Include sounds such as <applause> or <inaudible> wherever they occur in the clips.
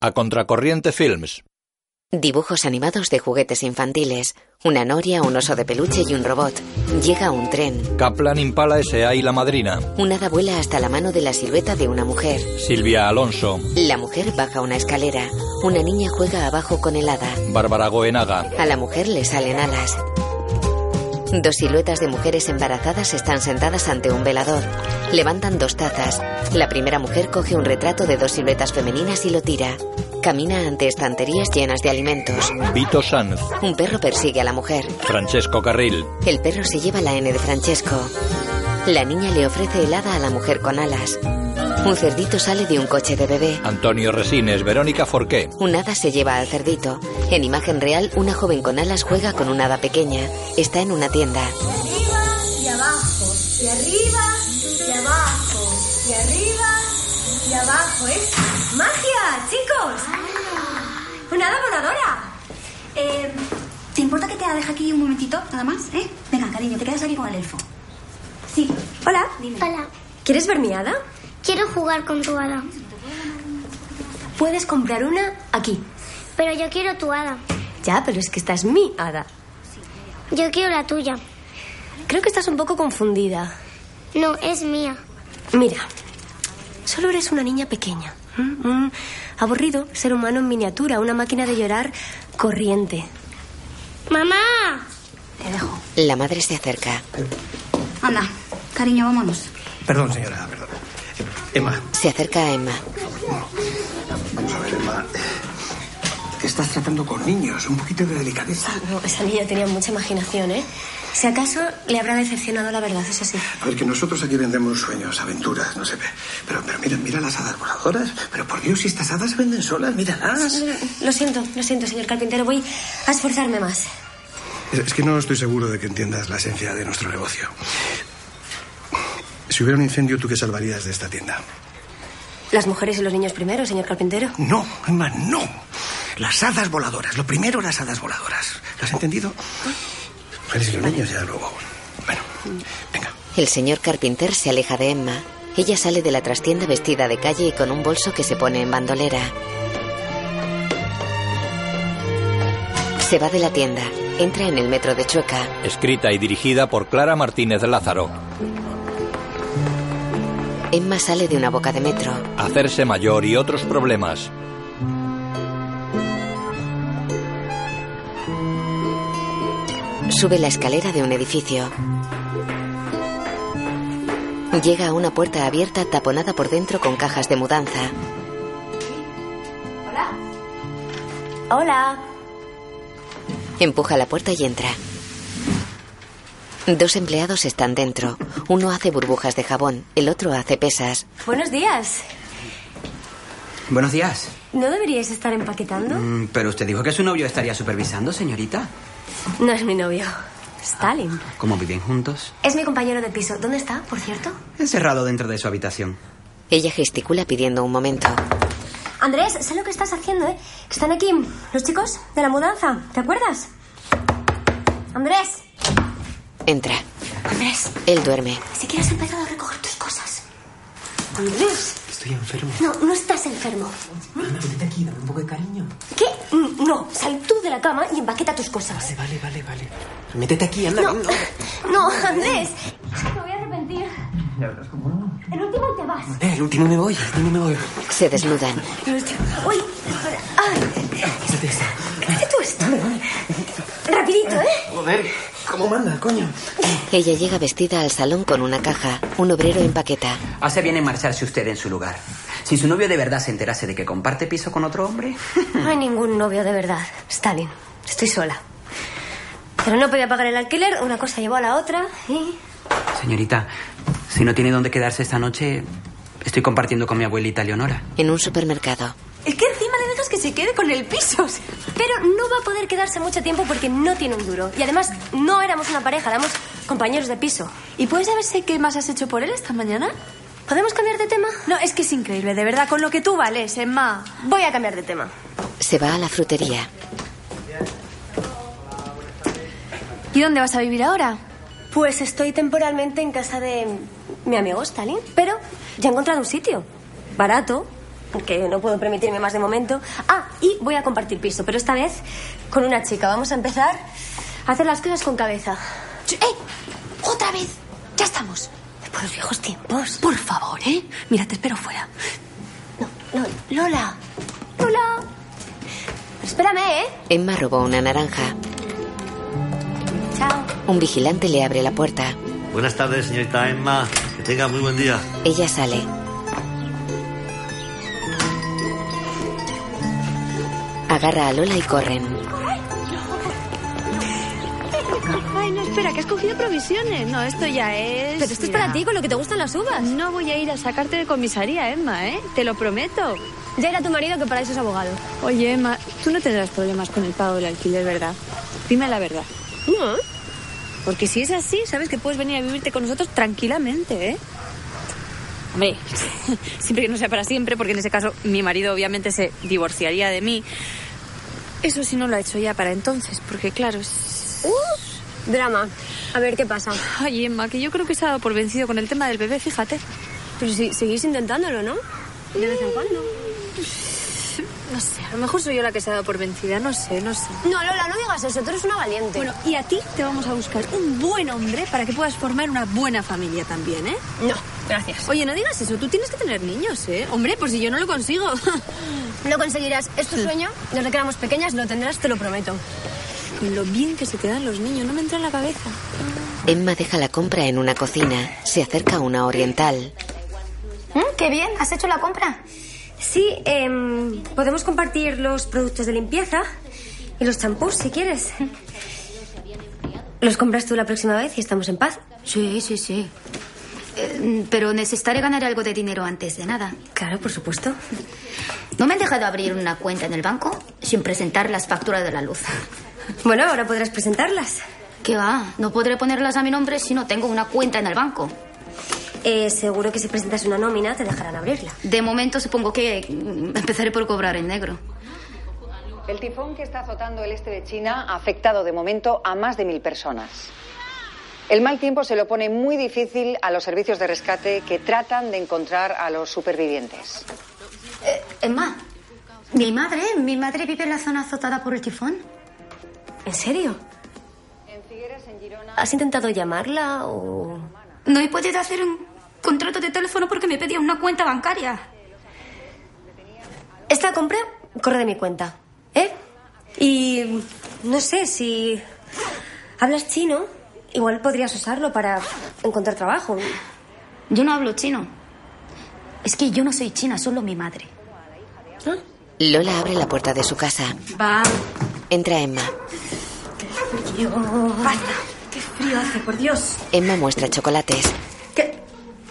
A Contracorriente Films. Dibujos animados de juguetes infantiles. Una noria, un oso de peluche y un robot. Llega un tren. Kaplan Impala S.A. y la madrina. Un hada vuela hasta la mano de la silueta de una mujer. Silvia Alonso. La mujer baja una escalera. Una niña juega abajo con el hada. Bárbara Goenaga. A la mujer le salen alas. Dos siluetas de mujeres embarazadas están sentadas ante un velador. Levantan dos tazas. La primera mujer coge un retrato de dos siluetas femeninas y lo tira. Camina ante estanterías llenas de alimentos. Vito Sanz. Un perro persigue a la mujer. Francesco Carril. El perro se lleva la N de Francesco. La niña le ofrece helada a la mujer con alas. Un cerdito sale de un coche de bebé. Antonio Resines. Verónica Forqué. Un hada se lleva al cerdito. En imagen real, una joven con alas juega con una hada pequeña. Está en una tienda. arriba y abajo, y arriba y abajo, y arriba y abajo. ¡Es magia, chicos! ¡Una hada voladora! Eh, ¿Te importa que te la deje aquí un momentito, nada más? ¿Eh? Venga, cariño, te quedas aquí con el elfo. Sí. hola, Hola, ¿quieres ver mi hada? quiero jugar con tu hada, Puedes comprar una aquí. pero yo quiero tu hada. Ya, pero es que esta es mi hada. Yo quiero la tuya. Creo que estás un poco confundida. No, es mía. Mira, solo eres una niña pequeña. ¿m? Un aburrido ser humano en miniatura, una máquina de llorar corriente. ¡Mamá! Te dejo. La madre se acerca. Anda, cariño, vámonos. Perdón, señora, perdón. Eh, Emma, Se acerca a Emma. vamos a ver, Emma. Estás tratando con niños, un poquito de delicadeza. Ah, No, esa niña tenía mucha imaginación, ¿eh? Si acaso le habrá decepcionado la verdad, eso sí. A ver, que nosotros aquí vendemos sueños, aventuras, no sé. Pero, pero mira, mira las hadas voladoras. Pero por Dios, si estas hadas se venden solas, Ah, míralas. Lo siento, lo siento, señor carpintero. Voy a esforzarme más. Es, es que no estoy seguro de que entiendas la esencia de nuestro negocio. Si hubiera un incendio, ¿tú qué salvarías de esta tienda? Las mujeres y los niños primero, señor carpintero. No, Emma, no. Las hadas voladoras. Lo primero, las hadas voladoras. ¿Lo has entendido? Mujeres y los niños, ya luego. Bueno, venga. El señor Carpinter se aleja de Emma. Ella sale de la trastienda vestida de calle y con un bolso que se pone en bandolera. Se va de la tienda. Entra en el metro de Chueca. Escrita y dirigida por Clara Martínez Lázaro. Emma sale de una boca de metro. Hacerse mayor y otros problemas. Sube la escalera de un edificio. Llega a una puerta abierta taponada por dentro con cajas de mudanza. Hola. Empuja la puerta y entra. Dos empleados están dentro. Uno hace burbujas de jabón, el otro hace pesas. Buenos días. Buenos días. ¿No deberíais estar empaquetando? Mm, Pero usted dijo que su novio estaría supervisando, señorita. No es mi novio. Stalin. ¿Cómo viven juntos? Es mi compañero de piso. ¿Dónde está, por cierto? Encerrado dentro de su habitación. Ella gesticula pidiendo un momento. Andrés, sé lo que estás haciendo, ¿eh? Que están aquí los chicos de la mudanza. ¿Te acuerdas? Andrés. Entra. Andrés, Él duerme. si quieres empezado a recoger tus cosas. Andrés. Estoy enfermo. No, no estás enfermo. Ana, vente aquí, dame un poco de cariño. ¿Qué? Mm, No, sal tú de la cama y empaqueta tus cosas. Vale, vale, vale. Métete aquí, anda. No, <laughs> no, Andrés. Me voy a arrepentir. El último y te vas. Eh, el último me voy, el último me voy. Se desnudan. El último. Uy, espera. Ay, Quítate esta. ¿qué haces tú esto? Rapidito, ¿eh? Joder, ¿cómo manda, coño? Ella llega vestida al salón con una caja. Un obrero empaqueta. Hace bien en marcharse usted en su lugar. Si su novio de verdad se enterase de que comparte piso con otro hombre, No hay ningún novio de verdad. Stalin, estoy sola. Pero no podía pagar el alquiler, una cosa llevó a la otra y... Señorita, si no tiene dónde quedarse esta noche, estoy compartiendo con mi abuelita Leonora. En un supermercado. Es que encima le dejas que se quede con el piso. Pero no va a poder quedarse mucho tiempo porque no tiene un duro. Y además, no éramos una pareja, éramos compañeros de piso. ¿Y puedes saberse qué más has hecho por él esta mañana? ¿Podemos cambiar de tema? No, es que es increíble, de verdad, con lo que tú vales, Emma. Voy a cambiar de tema. Se va a la frutería. ¿Y dónde vas a vivir ahora? Pues estoy temporalmente en casa de mi amigo Stalin, pero ya he encontrado un sitio. Barato, que no puedo permitirme más de momento. Ah, y voy a compartir piso, pero esta vez con una chica. Vamos a empezar a hacer las cosas con cabeza. ¡Eh! ¡Otra vez! Ya estamos. Por los viejos tiempos. Por favor, ¿eh? Mira, te espero fuera. No, Lola. Lola. Espérame, ¿eh? Emma robó una naranja. Chao. Un vigilante le abre la puerta. Buenas tardes, señorita Emma. Que tenga muy buen día. Ella sale. Agarra a Lola y corren. Ay, no, espera, que has cogido provisiones. No, esto ya es. Pero esto es para ti, con lo que te gustan las uvas. No voy a ir a sacarte de comisaría, Emma, ¿eh? Te lo prometo. Ya era tu marido que para eso es abogado. Oye, Emma, tú no tendrás problemas con el pago del alquiler, ¿verdad? Dime la verdad. No. Porque si es así, sabes que puedes venir a vivirte con nosotros tranquilamente, ¿eh? Hombre, <laughs> siempre que no sea para siempre, porque en ese caso mi marido obviamente se divorciaría de mí. Eso sí no lo ha hecho ya para entonces, porque claro, es... Uh, drama. A ver qué pasa. Ay, Emma, que yo creo que se ha dado por vencido con el tema del bebé, fíjate. Pero si seguís intentándolo, ¿no? De vez en cuando. No sé, a lo mejor soy yo la que se ha dado por vencida, no sé, no sé. No, Lola, no digas eso, tú eres una valiente. Bueno, y a ti te vamos a buscar un buen hombre para que puedas formar una buena familia también, ¿eh? No, gracias. Oye, no digas eso, tú tienes que tener niños, ¿eh? Hombre, por si yo no lo consigo. <laughs> Lo conseguirás, es tu sueño, desde que éramos pequeñas lo tendrás, te lo prometo. Lo bien que se te dan los niños, no me entra en la cabeza. Emma deja la compra en una cocina. Se acerca a una oriental. Mm, ¡Qué bien! ¿Has hecho la compra? Sí, eh, podemos compartir los productos de limpieza y los champús si <laughs> quieres. ¿Los compras tú la próxima vez y estamos en paz? Sí, sí, sí. Eh, pero necesitaré ganar algo de dinero antes de nada. Claro, por supuesto. No me han dejado abrir una cuenta en el banco sin presentar las facturas de la luz. Bueno, ahora podrás presentarlas. ¿Qué va? No podré ponerlas a mi nombre si no tengo una cuenta en el banco. Eh, seguro que si presentas una nómina te dejarán abrirla. De momento supongo que mm, empezaré por cobrar en negro. El tifón que está azotando el este de China ha afectado de momento a más de mil personas. El mal tiempo se lo pone muy difícil a los servicios de rescate que tratan de encontrar a los supervivientes. Eh, Emma, mi madre, mi madre vive en la zona azotada por el tifón. ¿En serio? ¿Has intentado llamarla o...? No he podido hacer un contrato de teléfono porque me pedía una cuenta bancaria. Esta compra corre de mi cuenta, ¿eh? Y no sé si hablas chino, igual podrías usarlo para encontrar trabajo. Yo no hablo chino. Es que yo no soy china, solo mi madre. ¿Ah? Lola abre la puerta de su casa. Va. Entra Emma. Basta. Qué frío hace, por Dios. Emma muestra chocolates. ¿Qué?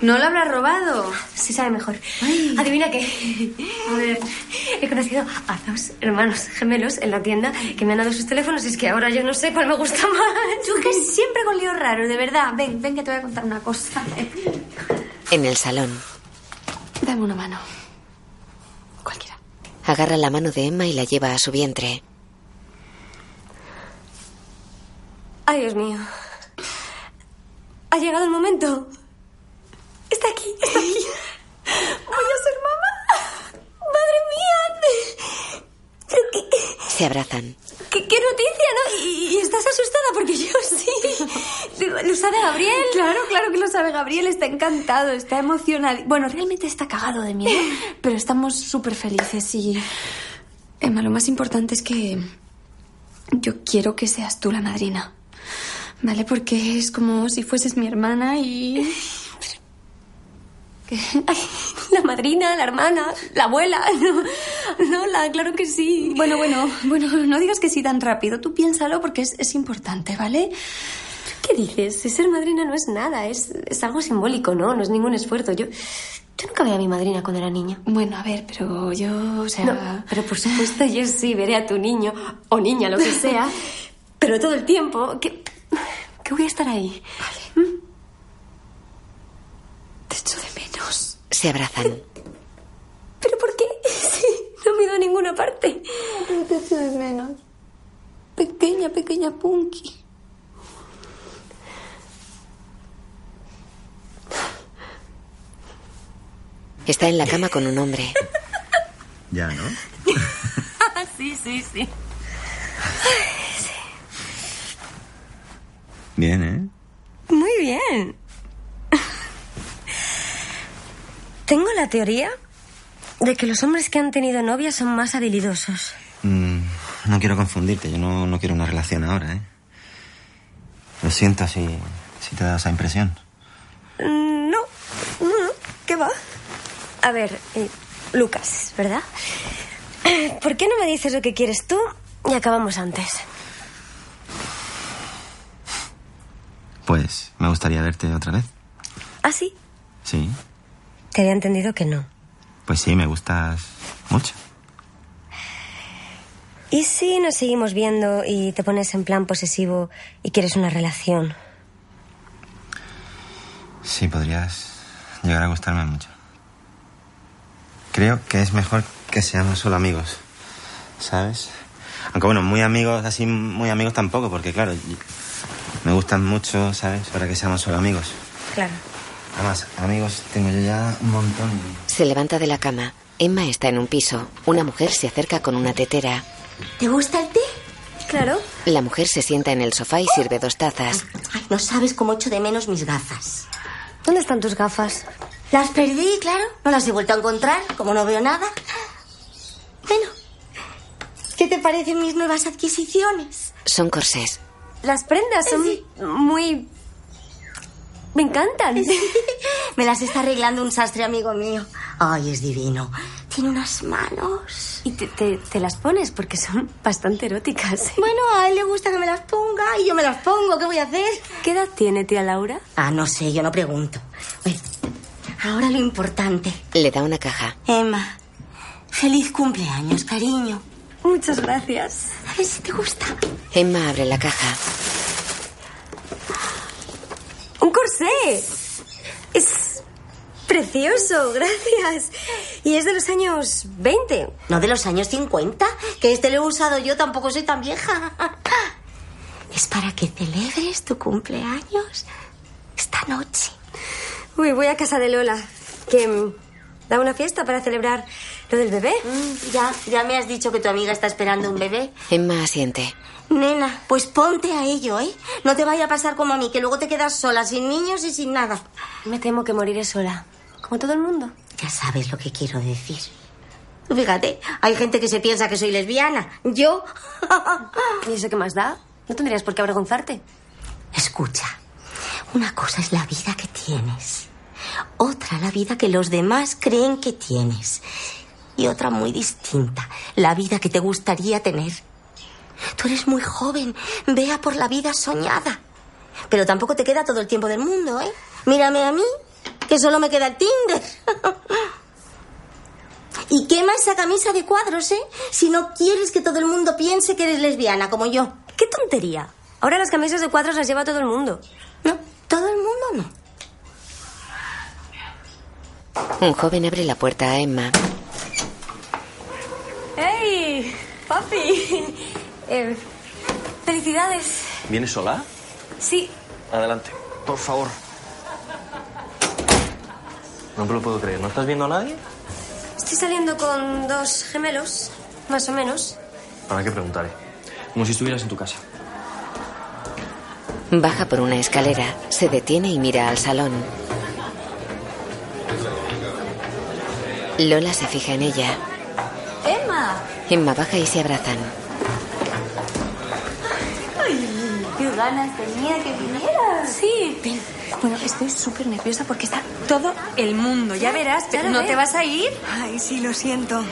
¿No lo habrá robado? Se sabe mejor. Ay. Adivina qué. A ver. He conocido a dos hermanos gemelos en la tienda que me han dado sus teléfonos y es que ahora yo no sé cuál me gusta más. Tú que siempre con líos raros, de verdad. Ven, ven que te voy a contar una cosa. En el salón. Dame una mano. Cualquiera. Agarra la mano de Emma y la lleva a su vientre. Ay, Dios mío. Ha llegado el momento. Está aquí, está <laughs> aquí. Voy a ser mamá. Madre mía. ¿Pero qué? Se abrazan. ¿Qué, qué noticia, no? Y, y, estás asustada porque yo <laughs> sí. ¿Lo sabe Gabriel? Claro, claro que lo sabe Gabriel. Está encantado, está emocionado. Bueno, realmente está cagado de <laughs> miedo, pero estamos súper felices y... Emma, lo más importante es que... Yo quiero que seas tú la madrina. ¿Vale? Porque es como si fueses mi hermana y... ¿Qué? <laughs> Ay, la madrina, la hermana, la abuela. <laughs> No, no, la, claro que sí. Bueno, bueno, bueno, no digas que sí tan rápido. Tú piénsalo porque es, es importante, ¿vale? ¿Qué dices? Si ser madrina no es nada, es, es, algo simbólico, ¿no? No es ningún esfuerzo. Yo, yo nunca veía a mi madrina cuando era niña. Bueno, a ver, pero yo, o sea... No, pero por supuesto yo sí veré a tu niño, o niña, lo que sea, pero todo el tiempo que, que voy a estar ahí. Vale. ¿Mm? Te echo de menos. Se abrazan. ¿Pero por qué? Sí, no me he ido a ninguna parte. Pero te echo de menos. Pequeña, pequeña Punky. Está en la cama con un hombre. Ya, ¿no? sí, sí, sí. Bien, ¿eh? Muy bien. Tengo la teoría de que los hombres que han tenido novia son más habilidosos. Mm, no quiero confundirte, yo no, no quiero una relación ahora, ¿eh? Lo siento si, si te da esa impresión. Mm, No, no, no, ¿qué va? A ver, eh, Lucas, ¿verdad? <clears throat> Eh, ¿Por qué no me dices lo que quieres tú y acabamos antes? Pues me gustaría verte otra vez. ¿Ah, sí? Sí, Te había entendido que no. pues sí, me gustas mucho. ¿Y si nos seguimos viendo y te pones en plan posesivo y quieres una relación? Sí, podrías llegar a gustarme mucho. Creo que es mejor que seamos solo amigos, ¿sabes? Aunque bueno, muy amigos, así muy amigos tampoco, porque claro, y- me gustan mucho, ¿sabes? Para que seamos solo amigos. Claro. Además, amigos tengo yo ya un montón. Se levanta de la cama. Emma está en un piso. Una mujer se acerca con una tetera. ¿Te gusta el té? Claro. La mujer se sienta en el sofá y sirve dos tazas. Ay, no sabes cómo echo de menos mis gafas. ¿Dónde están tus gafas? Las perdí, claro. No las he vuelto a encontrar, como no veo nada. Bueno, ¿qué te parecen mis nuevas adquisiciones? Son corsés. Las prendas son muy... Me encantan. <laughs> Me las está arreglando un sastre amigo mío. Ay, es divino. Tiene unas manos. Y te, te- te las pones porque son bastante eróticas. Bueno, a él le gusta que me las ponga y yo me las pongo. ¿Qué voy a hacer? ¿Qué edad tiene tía Laura? Ah, no sé, yo no pregunto. Oye, ahora lo importante. Le da una caja. Emma, feliz cumpleaños, cariño. Muchas gracias. A ver si te gusta. Emma abre la caja. Un corsé. Es precioso, gracias. Y es de los años 20. No de los años 50, que este lo he usado yo, tampoco soy tan vieja. Es para que celebres tu cumpleaños esta noche. Uy, voy a casa de Lola, que mm, da una fiesta para celebrar lo del bebé. Mm, Ya, ya me has dicho que tu amiga está esperando un bebé. Emma asiente. Nena, pues ponte a ello, ¿eh? No te vaya a pasar como a mí, que luego te quedas sola, sin niños y sin nada. Me temo que moriré sola, como todo el mundo. Ya sabes lo que quiero decir. Tú Fíjate, hay gente que se piensa que soy lesbiana. Yo. <laughs> ¿Y eso qué más da? No tendrías por qué avergonzarte. Escucha, una cosa es la vida que tienes, otra la vida que los demás creen que tienes y otra muy distinta, la vida que te gustaría tener. Tú eres muy joven, vea por la vida soñada, pero tampoco te queda todo el tiempo del mundo, ¿eh? Mírame a mí, que solo me queda el Tinder. <laughs> Y quema esa camisa de cuadros, ¿eh? Si no quieres que todo el mundo piense que eres lesbiana como yo. ¡Qué tontería! Ahora las camisas de cuadros las lleva todo el mundo. No, todo el mundo no. Un joven abre la puerta a Emma. ¡Ey! ¡Papi! <laughs> Eh, felicidades. ¿Vienes sola? Sí, Adelante, por favor. No me lo puedo creer. ¿No estás viendo a nadie? estoy saliendo con dos gemelos, más o menos. ¿Para qué preguntaré? Como si estuvieras en tu casa. Baja por una escalera. Se detiene y mira al salón. Lola se fija en ella. ¡Emma! Emma baja y se abrazan. ¡Ay! ¡Qué ganas tenía que vinieras! Sí, ven. Bueno, estoy súper nerviosa porque está todo el mundo. Ya verás, ya pero lo ¿no veo. te vas a ir? Ay, sí, lo siento.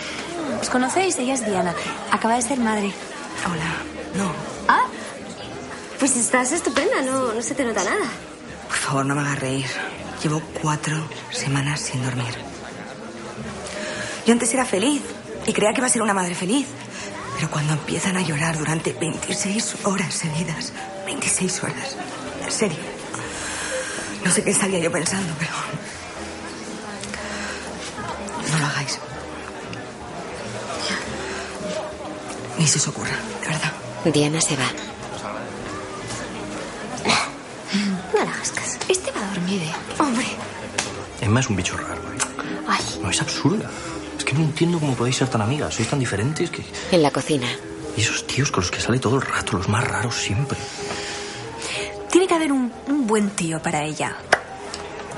¿Os conocéis? Ella es Diana. Acaba de ser madre. Hola. No. Ah, Pues estás estupenda, no, no se te nota nada. Por favor, no me hagas reír. Llevo cuatro semanas sin dormir. Yo antes era feliz y creía que iba a ser una madre feliz. Pero cuando empiezan a llorar durante 26 horas seguidas, 26 horas, en serio, no sé qué estaría yo pensando, pero... No lo hagáis. Ni se os ocurra, de verdad. Diana se va. No le hagas caso. Este va a dormir, ¿eh? Hombre. Emma es un bicho raro. ¿eh? Ay. No es absurda. Es Es que no entiendo cómo podéis ser tan amigas. Sois tan diferentes que... En la cocina. Y esos tíos con los que sale todo el rato, los más raros siempre. Tiene que haber un, un buen tío para ella.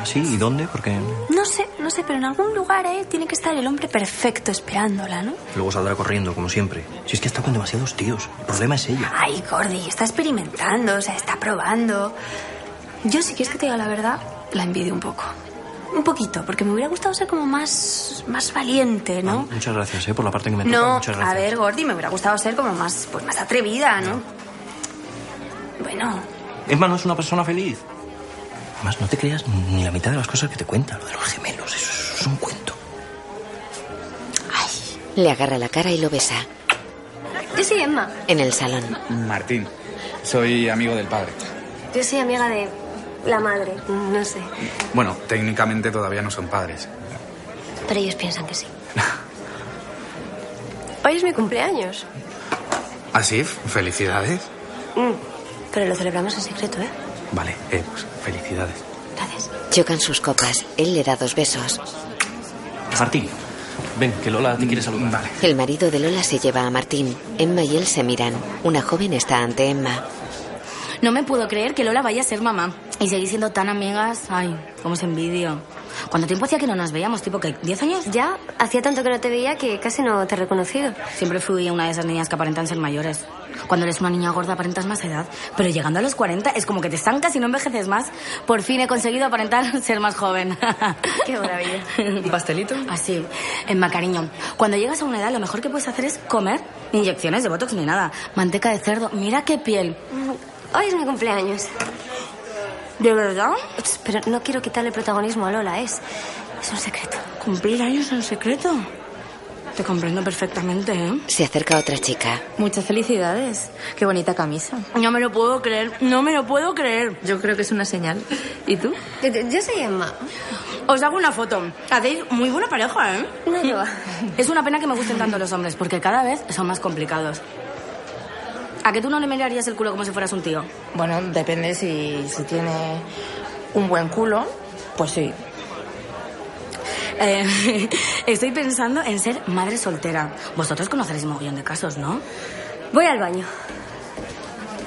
¿Así? ¿Ah, ¿Y dónde? Porque No sé, no sé, pero en algún lugar, ¿eh? Tiene que estar el hombre perfecto esperándola, ¿no? luego saldrá corriendo, como siempre. Si es que está con demasiados tíos. El problema es ella. Ay, Gordy, está experimentando, o sea, está probando. Yo, si quieres que te diga la verdad, la envidio un poco. Un poquito, porque me hubiera gustado ser como más, más valiente, ¿no? Muchas gracias, ¿eh? Por la parte que me toca. No, Muchas a gracias. ver, Gordy, me hubiera gustado ser como más, pues más atrevida, ¿no? Bueno, Emma no es una persona feliz. Además, no te creas ni la mitad de las cosas que te cuenta. Lo de los gemelos, eso es un cuento. Le agarra la cara y lo besa. Yo soy Emma. En el salón. Martín, soy amigo del padre. Yo soy amiga de la madre. No sé. Bueno, técnicamente todavía no son padres. <laughs> Pero ellos piensan que sí. Hoy es mi cumpleaños. Así, felicidades. Mm, Pero lo celebramos en secreto, ¿eh? Vale, eh, pues, felicidades. Chocan sus copas. Él le da dos besos. Martín, ven, que Lola te quiere saludar. Mm, Vale. El marido de Lola se lleva a Martín. Emma y él se miran. Una joven está ante Emma. No me puedo creer que Lola vaya a ser mamá. Y seguís siendo tan amigas. Ay, cómo os envidio. ¿Cuánto tiempo hacía que no nos veíamos? ¿Tipo que 10 años? Ya, hacía tanto que no te veía que casi no te he reconocido. Siempre fui una de esas niñas que aparentan ser mayores. Cuando eres una niña gorda aparentas más edad, pero llegando a los 40 es como que te estancas y no envejeces más. Por fin he conseguido aparentar <laughs> ser más joven. <laughs> Qué maravilla. ¿Un pastelito? Así. Emma, cariño, cuando llegas a una edad lo mejor que puedes hacer es comer. Ni Inyecciones de botox ni nada. Manteca de cerdo. Mira qué piel. Hoy es mi cumpleaños. ¿De verdad? Pero no quiero quitarle protagonismo a Lola, es. Es un secreto. ¿Cumplir años en secreto? Te comprendo perfectamente, ¿eh? Se acerca otra chica. Muchas felicidades. Qué bonita camisa. No me lo puedo creer, no me lo puedo creer. Yo creo que es una señal. ¿Y tú? Yo, yo soy Emma. Os hago una foto. Hacéis muy buena pareja, ¿eh? <laughs> Es una pena que me gusten tanto los hombres, porque cada vez son más complicados. ¿A que tú no le mirarías el culo como si fueras un tío? Bueno, depende si, si tiene un buen culo, pues sí. Eh, <laughs> estoy pensando en ser madre soltera. Vosotros conoceréis mogollón de casos, ¿no? Voy al baño.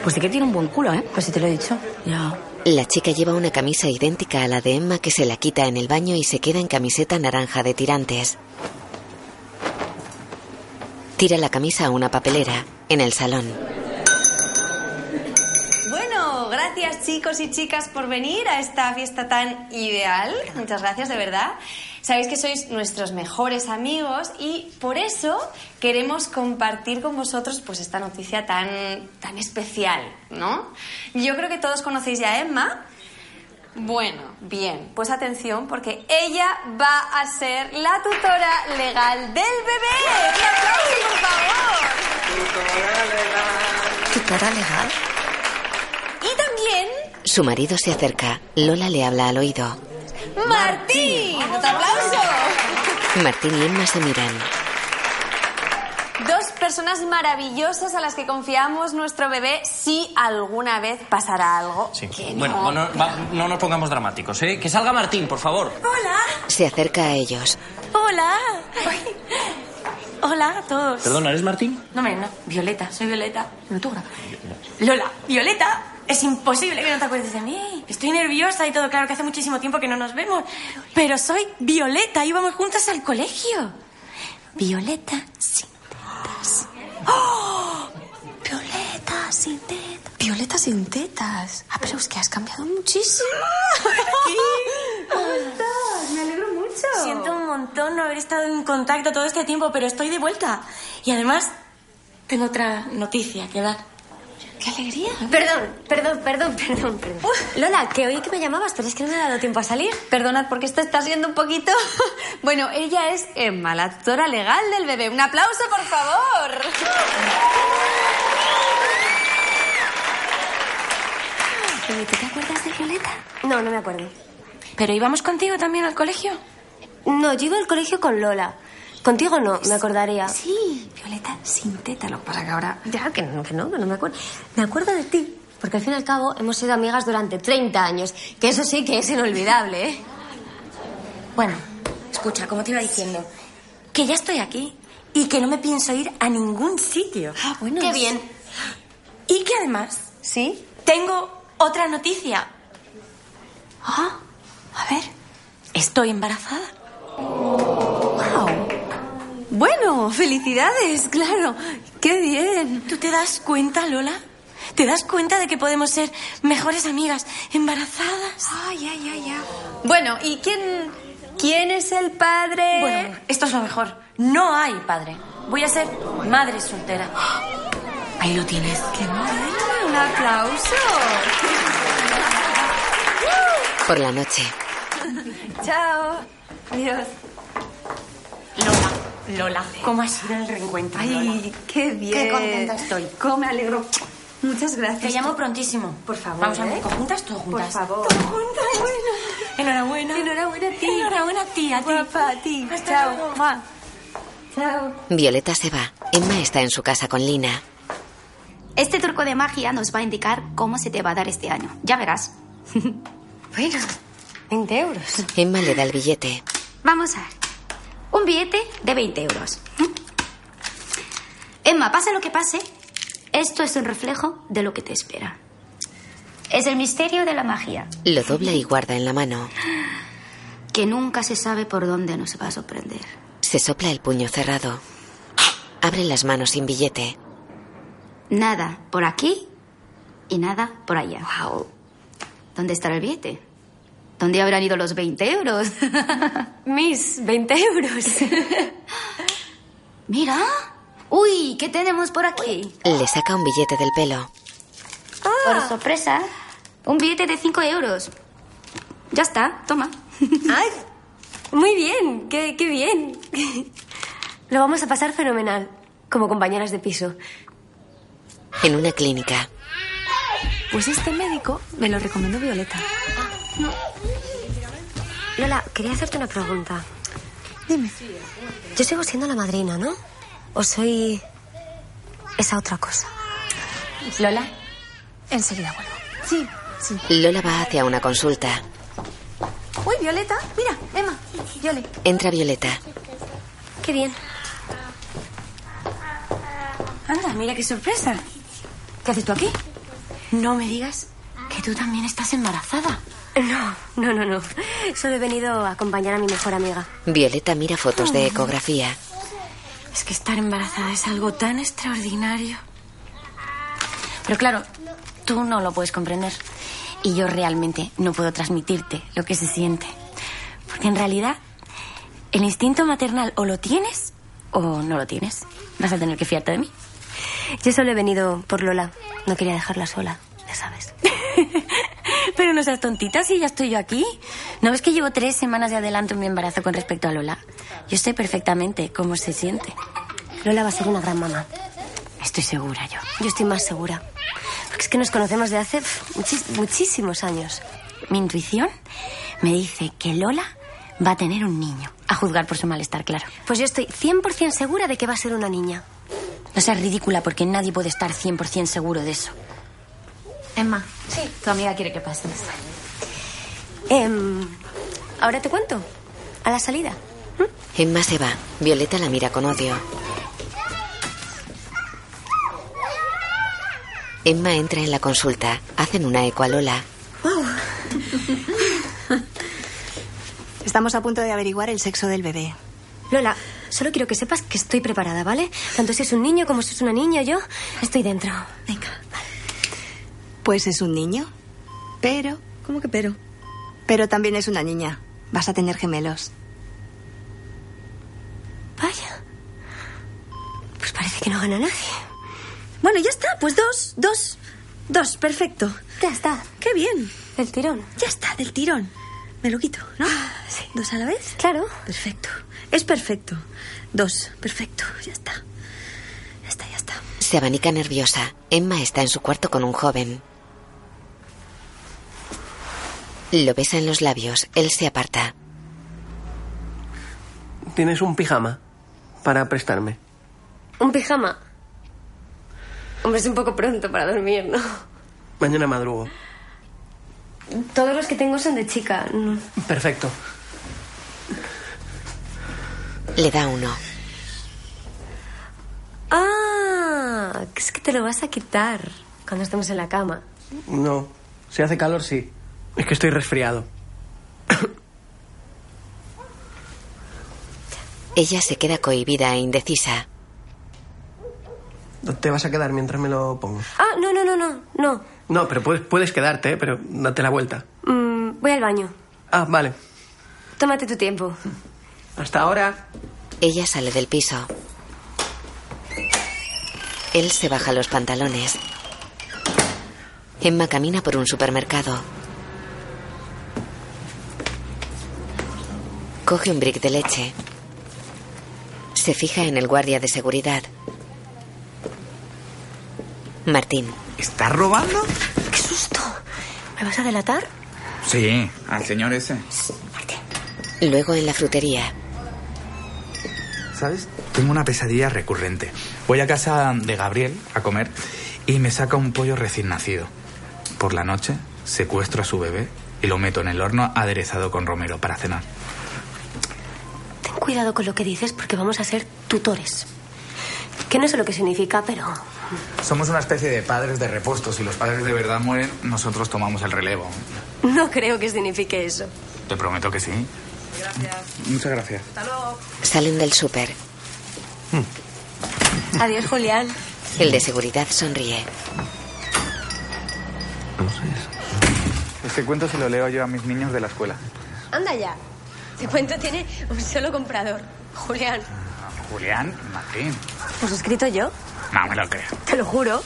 Pues sí que tiene un buen culo, ¿eh? Pues sí te lo he dicho. Ya. La chica lleva una camisa idéntica a la de Emma que se la quita en el baño y se queda en camiseta naranja de tirantes. Tira la camisa a una papelera. En el salón. Bueno, gracias chicos y chicas por venir a esta fiesta tan ideal. Muchas gracias, de verdad. Sabéis que sois nuestros mejores amigos y por eso queremos compartir con vosotros pues esta noticia tan, tan especial, ¿no? Yo creo que todos conocéis ya a Emma. Bueno, bien, pues atención porque ella va a ser la tutora legal del bebé. ¡Un aplauso, por favor! ¿Tutora legal? Y también Su marido se acerca. Lola le habla al oído. Martín. ¡Un aplauso! Martín y Emma se miran. Dos personas maravillosas a las que confiamos nuestro bebé si alguna vez pasará algo. que no. Bueno, bueno, va- no nos pongamos dramáticos, ¿eh? Que salga Martín, por favor. Se acerca a ellos. <laughs> Hola. Hola a todos. Perdona, ¿eres Martín? No, hombre, no. Violeta, soy Violeta. No, tú graba. Lola, Violeta. Es imposible que no te acuerdes de mí. Estoy nerviosa y todo. Claro que hace muchísimo tiempo que no nos vemos. Pero soy Violeta. Íbamos juntas al colegio. Violeta sin tetas. ¡Oh! Violeta sin tetas. Violeta sin tetas. Ah, pero es que has cambiado muchísimo. <laughs> ¿Cómo estás? Me alegro mucho. Siento un montón no haber estado en contacto todo este tiempo, pero estoy de vuelta. Y además, tengo otra noticia que dar. ¡Qué alegría! Perdón, perdón, perdón, perdón, perdón. Lola, que oí que me llamabas, pero es que no me ha dado tiempo a salir. Perdonad porque esto está siendo <laughs> un poquito... Bueno, ella es Emma, la tutora legal del bebé. Un aplauso, por favor. ¿Y tú te acuerdas de Violeta? No, no me acuerdo. ¿Pero íbamos contigo también al colegio? No, yo iba al colegio con Lola. Contigo no, me acordaría. Sí, Violeta sin teta, lo que pasa que ahora... Ya, que no, que no, que no me acuerdo. Me acuerdo de ti, porque al fin y al cabo hemos sido amigas durante 30 años, que eso sí que es inolvidable, ¿eh? Bueno, escucha, como te iba diciendo, que ya estoy aquí y que no me pienso ir a ningún sitio. Ah, bueno. Qué bien. Y que además, sí, tengo otra noticia. Ah, a ver, estoy embarazada. Bueno, felicidades, claro. Qué bien. ¿Tú te das cuenta, Lola? ¿Te das cuenta de que podemos ser mejores amigas embarazadas? Ay, ay, ay, ay. Bueno, ¿y quién, quién es el padre? Bueno, esto es lo mejor. No hay padre. Voy a ser madre soltera. Ahí lo tienes. ¿Qué Un aplauso. Por la noche, <laughs> Chao. Adiós. Lola, ¿cómo ha sido el reencuentro? Ay, qué bien. Qué contenta estoy. Cómo me alegro. Muchas gracias. Te llamo prontísimo. Por favor. Vamos a ¿eh? ver, juntas, todo juntas. Por favor. Enhorabuena. Enhorabuena a ti. Enhorabuena a ti, a ti. Guapa, a ti. Hasta Chao. luego. Mua. Chao. Violeta se va. Emma está en su casa con Lina. Este truco de magia nos va a indicar cómo se te va a dar este año. Ya verás. Bueno, 20 euros. Emma le da el billete. Vamos a ver. Un billete de 20 euros. Emma, pase lo que pase, esto es un reflejo de lo que te espera. Es el misterio de la magia, Lo dobla y guarda en la mano. que nunca se sabe por dónde nos va a sorprender. Se sopla el puño cerrado. Abre las manos sin billete. Nada por aquí y nada por allá. ¿Dónde estará el billete? ¿Dónde habrán ido los 20 euros? <laughs> Mis 20 euros. <laughs> Mira. Uy, ¿qué tenemos por aquí? Le saca un billete del pelo. Ah. Por sorpresa, un billete de 5 euros. Ya está, toma. <laughs> Ay, muy bien, qué, qué bien. Lo vamos a pasar fenomenal, como compañeras de piso. En una clínica, Pues este médico me lo recomendó Violeta. Lola, quería hacerte una pregunta. Dime. Yo sigo siendo la madrina, ¿no? ¿O soy esa otra cosa? Lola, enseguida vuelvo. Sí, sí. Lola va hacia una consulta. Uy, Violeta, mira, Emma, Viole. Entra Violeta. Qué bien. Anda, mira qué sorpresa. ¿Qué haces tú aquí? No me digas que tú también estás embarazada. No, no, no, no. Solo he venido a acompañar a mi mejor amiga. Violeta mira fotos Ah. de ecografía. Es que estar embarazada es algo tan extraordinario. Pero claro, tú no lo puedes comprender. Y yo realmente no puedo transmitirte lo que se siente. Porque en realidad, el instinto maternal o lo tienes o no lo tienes. Vas a tener que fiarte de mí. Yo solo he venido por Lola. No quería dejarla sola, ya sabes. <laughs> Pero no seas tontita si ya estoy yo aquí. ¿No ves que llevo tres semanas de adelanto en mi embarazo con respecto a Lola? Yo sé perfectamente cómo se siente. Lola va a ser una gran mamá. Estoy segura yo. Yo estoy más segura. Porque es que nos conocemos de hace pf, muchis- muchísimos años. Mi intuición me dice que Lola va a tener un niño. A juzgar por su malestar, claro. Pues yo estoy 100% segura de que va a ser una niña. No seas ridícula porque nadie puede estar 100% seguro de eso. Emma, Sí. tu amiga quiere que pases. Em, Ahora te cuento. A la salida. Emma se va. Violeta la mira con odio. Emma entra en la consulta. Hacen una eco a Lola. <laughs> Estamos a punto de averiguar el sexo del bebé. Lola, solo quiero que sepas que estoy preparada, ¿vale? Tanto si es un niño como si es una niña, yo estoy dentro. Pues es un niño. Pero. ¿Cómo que pero? Pero también es una niña. Vas a tener gemelos. Vaya. Pues parece que no gana nadie. Bueno, ya está, pues dos, dos, dos, perfecto. Ya está. Qué bien. Del tirón. Ah, Ya está, del tirón. Me lo quito, ¿no? ¿Dos a la vez? Claro. Perfecto. Es perfecto. Dos, perfecto, ya está. Ya está, ya está. Se abanica nerviosa. Emma está en su cuarto con un joven. Lo besa en los labios. Él se aparta. Tienes un pijama para prestarme. Un pijama. Hombre, es un poco pronto para dormir, ¿no? Mañana madrugo. Todos los que tengo son de chica. No. Perfecto. Le da uno. Ah, es que te lo vas a quitar cuando estemos en la cama. No. Si hace calor, sí. Es que estoy resfriado. Ella se queda cohibida e indecisa. No te vas a quedar mientras me lo pongo. Ah, no, no, no, no, no. No, pero puedes, puedes quedarte, ¿eh? pero date la vuelta. Mm, voy al baño. Ah, vale. Tómate tu tiempo. Hasta ahora. Ella sale del piso. Él se baja los pantalones. Emma camina por un supermercado. Coge un brick de leche. Se fija en el guardia de seguridad. Martín. ¿Estás robando? ¡Qué susto! ¿Me vas a delatar? Sí, al señor ese. Luego en la frutería. ¿Sabes? Tengo una pesadilla recurrente. Voy a casa de Gabriel a comer y me saca un pollo recién nacido. Por la noche secuestro a su bebé y lo meto en el horno aderezado con romero para cenar. Ten cuidado con lo que dices porque vamos a ser tutores. Que no sé lo que significa, pero... Somos una especie de padres de repuesto. Si los padres de verdad mueren, nosotros tomamos el relevo. No creo que signifique eso. Te prometo que sí. Gracias. Muchas gracias. Salen del súper. Adiós, Julián. El de seguridad sonríe. Este cuento se lo leo yo a mis niños de la escuela. Anda ya. Te cuento, tiene un solo comprador. Julián. Julián Martín. Pues lo he escrito yo. No me lo creo. Te lo juro.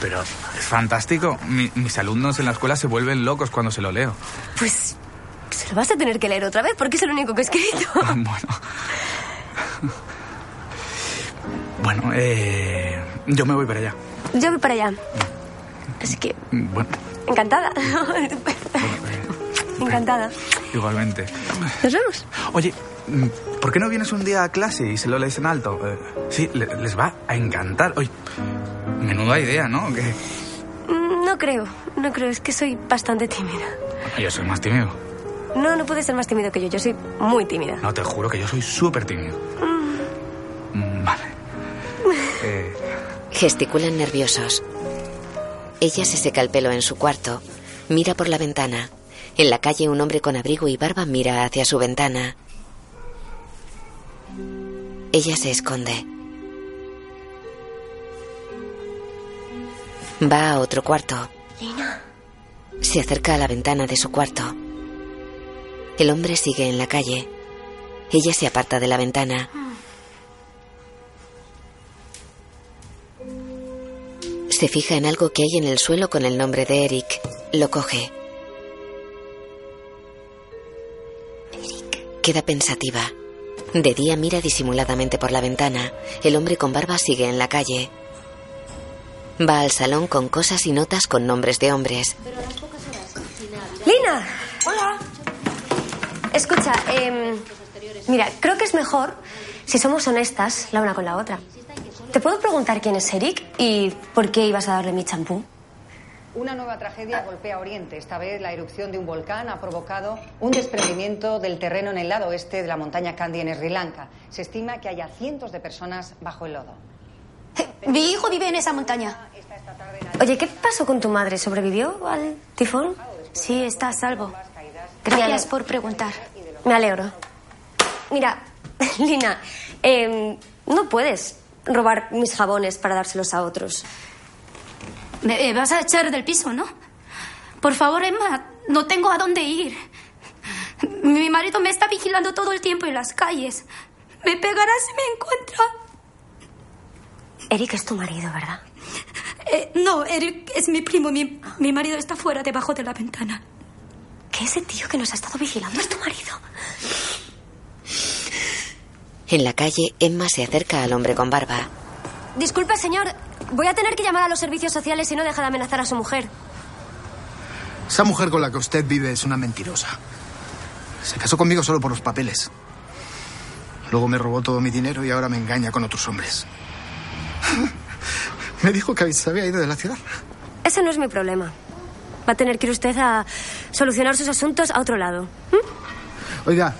Pero es fantástico. Mi- mis alumnos en la escuela se vuelven locos cuando se lo leo. <laughs> Pues se lo vas a tener que leer otra vez porque es el único que he escrito. <laughs> Bueno, eh, yo me voy para allá. Yo voy para allá. Así que, Bueno, <laughs> encantada. encantada. igualmente. Nos vemos. Oye, mm, ¿por qué no vienes un día a clase y se lo lees en alto? Eh, sí, le- les va a encantar. Oye, menuda idea, ¿no? Que Mm, No creo, no creo, es que soy bastante tímida. yo soy más tímido. No, no puedes ser más tímido que yo, yo soy muy tímida. No, te juro que yo soy súper tímido. Mm, Vale. Eh, Gesticulan nerviosos. Ella se seca el pelo en su cuarto. Mira por la ventana. En la calle un hombre con abrigo y barba mira hacia su ventana. Ella se esconde. Va a otro cuarto. Lina. Se acerca a la ventana de su cuarto. El hombre sigue en la calle. Ella se aparta de la ventana. Se fija en algo que hay en el suelo con el nombre de Eric. Lo coge. Queda pensativa. De día mira disimuladamente por la ventana. El hombre con barba sigue en la calle. Va al salón con cosas y notas con nombres de hombres. Lina. Hola. Escucha, em, mira, creo que es mejor si somos honestas la una con la otra. ¿Te puedo preguntar quién es Eric y por qué ibas a darle mi champú? Una nueva tragedia golpea Oriente. Esta vez la erupción de un volcán ha provocado un desprendimiento del terreno en el lado oeste de la montaña Kandy en Sri Lanka. Se estima que haya cientos de personas bajo el lodo. Mi hijo vive en esa montaña. Oye, ¿qué pasó con tu madre? ¿Sobrevivió al tifón? Sí, está a salvo. Gracias por preguntar. Me alegro. Mira, <laughs> Lina, em, no puedes robar mis jabones para dárselos a otros. Me eh, vas a echar del piso, ¿no? Por favor, Emma, no tengo a dónde ir. Mi marido me está vigilando todo el tiempo en las calles. Me pegará si me encuentra. Eric es tu marido, ¿verdad? Eh, no, Eric es mi primo. Mi, mi marido está fuera, debajo de la ventana. ¿Que ese tío que nos ha estado vigilando es tu marido? En la calle, Emma se acerca al hombre con barba. Disculpe, señor. Voy a tener que llamar a los servicios sociales si no deja de amenazar a su mujer. Esa mujer con la que usted vive es una mentirosa. Se casó conmigo solo por los papeles. Luego me robó todo mi dinero y ahora me engaña con otros hombres. <laughs> me dijo que se había ido de la ciudad. Ese no es mi problema. Va a tener que ir usted a solucionar sus asuntos a otro lado. Oiga,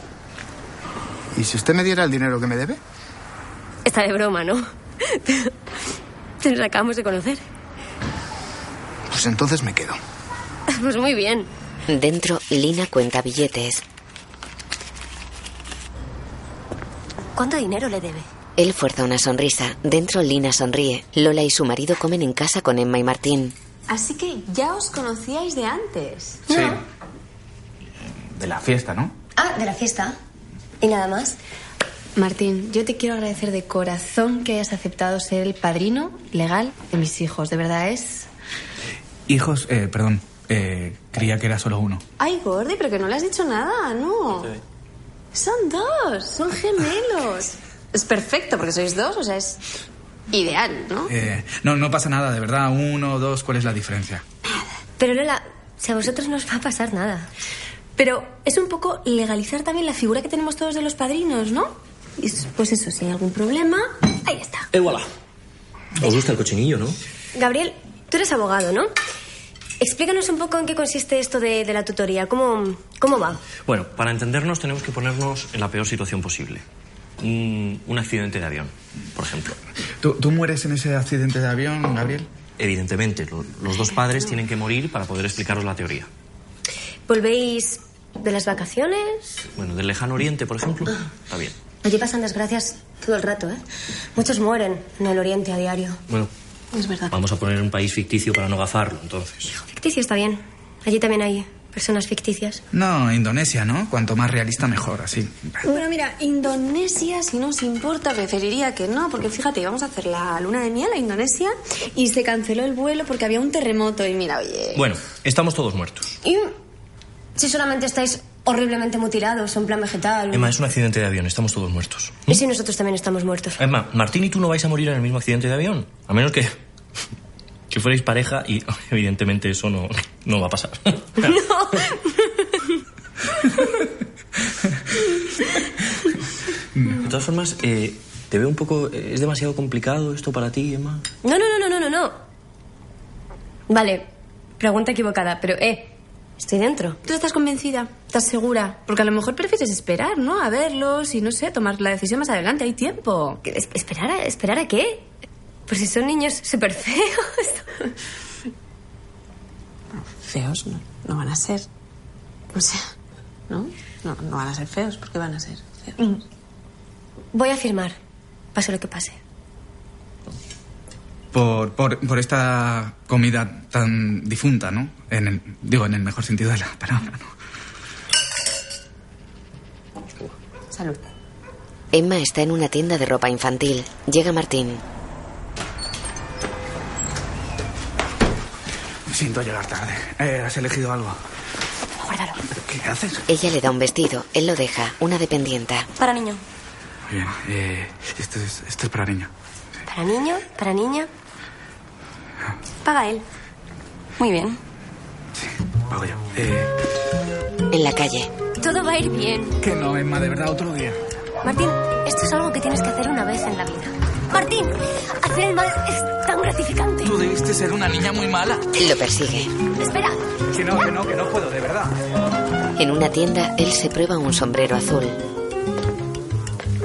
¿Y si usted me diera el dinero que me debe? Está de broma, ¿no? <laughs> Te nos acabamos de conocer. <laughs> Pues entonces me quedo. Pues muy bien. Dentro, Lina cuenta billetes. ¿Cuánto dinero le debe? Él fuerza una sonrisa. Dentro, Lina sonríe. Lola y su marido comen en casa con Emma y Martín. Así que ya os conocíais de antes. Sí. De la fiesta, ¿no? Ah, de la fiesta. Y nada más. Martín, yo te quiero agradecer de corazón que hayas aceptado ser el padrino legal de mis hijos. De verdad es. Hijos, eh, perdón, eh, creía que era solo uno. Ay, Gordi, pero que no le has dicho nada, ¿no? Son dos, son gemelos. <laughs> es perfecto, porque sois dos, o sea, es ideal, ¿no? Eh, no, no pasa nada, de verdad. Uno, dos, ¿cuál es la diferencia? Pero Lola, si a vosotros no os va a pasar nada. Pero es un poco legalizar también la figura que tenemos todos de los padrinos, ¿no? Y es- Pues eso, si hay algún problema, ahí está. ¡Eh, voilà! Os gusta el cochinillo, ¿no? Gabriel, tú eres abogado, ¿no? Explícanos un poco en qué consiste esto de, de la tutoría. ¿Cómo, ¿Cómo va? Bueno, para entendernos tenemos que ponernos en la peor situación posible. Mm, Un, un accidente de avión, por ejemplo. ¿Tú, tú mueres en ese accidente de avión, Gabriel? Evidentemente, lo- los dos padres tienen que morir para poder explicaros la teoría. ¿Volvéis de las vacaciones? Bueno, del lejano oriente, por ejemplo, está bien. Allí pasan desgracias todo el rato, ¿eh? Muchos mueren en el Oriente a diario. Bueno, Es verdad. vamos a poner un país ficticio para no gafarlo, entonces. Ficticio está bien. Allí también hay personas ficticias. No, Indonesia, ¿no? Cuanto más realista, mejor, así. Bueno, mira, Indonesia, si no os importa, preferiría que no, porque fíjate, íbamos a hacer la luna de miel a Indonesia y se canceló el vuelo porque había un terremoto y mira, oye. Bueno, estamos todos muertos. Y si solamente estáis horriblemente mutilados, en plan vegetal. Emma, es un accidente de avión, estamos todos muertos. ¿Y si nosotros también estamos muertos? Emma, Martín y tú no vais a morir en el mismo accidente de avión. A menos que. que fuerais pareja y, <laughs> evidentemente, eso no, no va a pasar. De todas formas, eh, te veo un poco. eh, ¿Es demasiado complicado esto para ti, Emma? No, no, no, no, no, no, no. Vale, pregunta equivocada, pero eh, estoy dentro. ¿Tú estás convencida? ¿Estás segura? Porque a lo mejor prefieres esperar, ¿no? A verlos y, no sé, tomar la decisión más adelante. Hay tiempo. ¿Esperar a, esperar a qué? Pues si son niños súper feos. <laughs> Feos no, no van a ser. O sea, ¿no? ¿no? No van a ser feos, ¿por qué van a ser? Mm. Voy a firmar, pase lo que pase. Por, por, por esta comida tan difunta, ¿no? En el, digo, en el mejor sentido de la palabra, ¿no? Salud. Emma está en una tienda de ropa infantil. Llega Martín. Siento llegar tarde. Eh, ¿Has elegido algo? ¿Qué haces? Ella le da un vestido. Él lo deja. Una dependienta. Para niño. Muy bien. eh, esto, es, esto es para niño. Para niño, para niña. Paga él. Muy bien. Pago yo. Eh, En la calle. Todo va a ir bien. que no, Emma, de verdad, otro día. Martín, esto es algo que tienes que hacer una vez en la vida. Martín, hacer el mal es tan gratificante. Tú debiste ser una niña muy mala. Lo persigue. Espera. Que no, que no, que no puedo, de verdad. En una tienda, él se prueba un sombrero azul.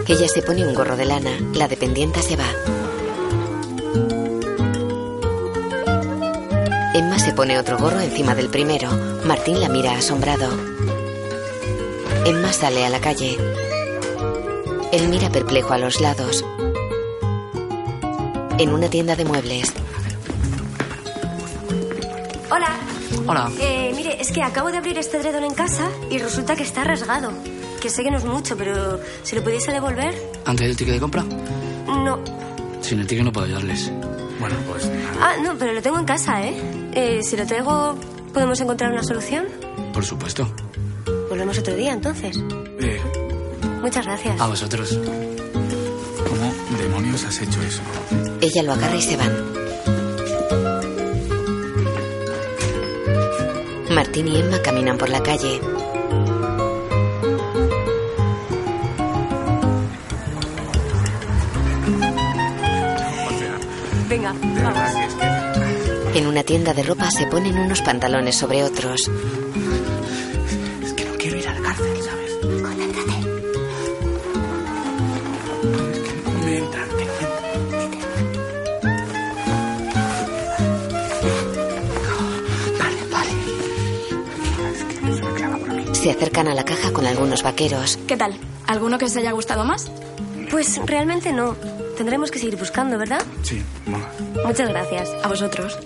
Ella se pone un gorro de lana. La dependienta se va. Emma se pone otro gorro encima del primero. Martín la mira asombrado. Emma sale a la calle. Él mira perplejo a los lados. En una tienda de muebles, Hola. Hola. Eh, mire, es que acabo de abrir este edredón en casa y resulta que está rasgado. Que sé que no es mucho, pero si lo pudiese devolver, ¿Antes del ticket de compra? no. Sin el ticket no puedo ayudarles. Bueno, pues... Ah, no, pero lo tengo en casa, ¿eh? Eh, si lo traigo, ¿podemos encontrar una solución? Por supuesto. Volvemos otro día, entonces. Eh, Muchas gracias. A vosotros. ¿Cómo demonios has hecho eso? ella lo agarra y se van. Martín y Emma caminan por la calle. Venga, vamos. En una tienda de ropa se ponen unos pantalones sobre otros. Quiero ir a la cárcel, ¿sabes? Concéntrate. se acercan a la caja con algunos vaqueros. ¿Qué tal? ¿Alguno que os haya gustado más? Pues realmente no. Tendremos que seguir buscando, ¿verdad? Sí, bueno. Muchas gracias. A vosotros.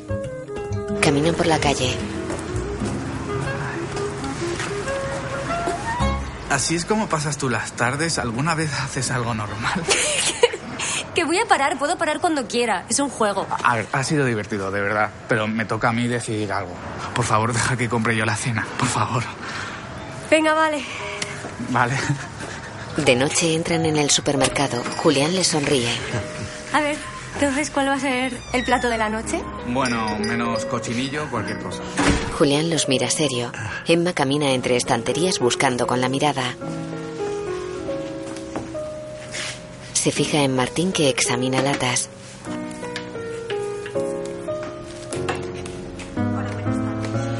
Caminan por la calle. Así es como pasas tú las tardes. ¿Alguna vez haces algo normal? Que voy a parar, puedo parar cuando quiera. Es un juego. A ver, ha sido divertido, de verdad. Pero me toca a mí decidir algo. Por favor, deja que compre yo la cena. Por favor. Venga, vale. Vale. De noche entran en el supermercado. Julián les sonríe. A ver, entonces, ¿cuál va a ser el plato de la noche? Bueno, menos cochinillo, cualquier cosa. Julián los mira serio. Emma camina entre estanterías buscando con la mirada. Se fija en Martín que examina latas.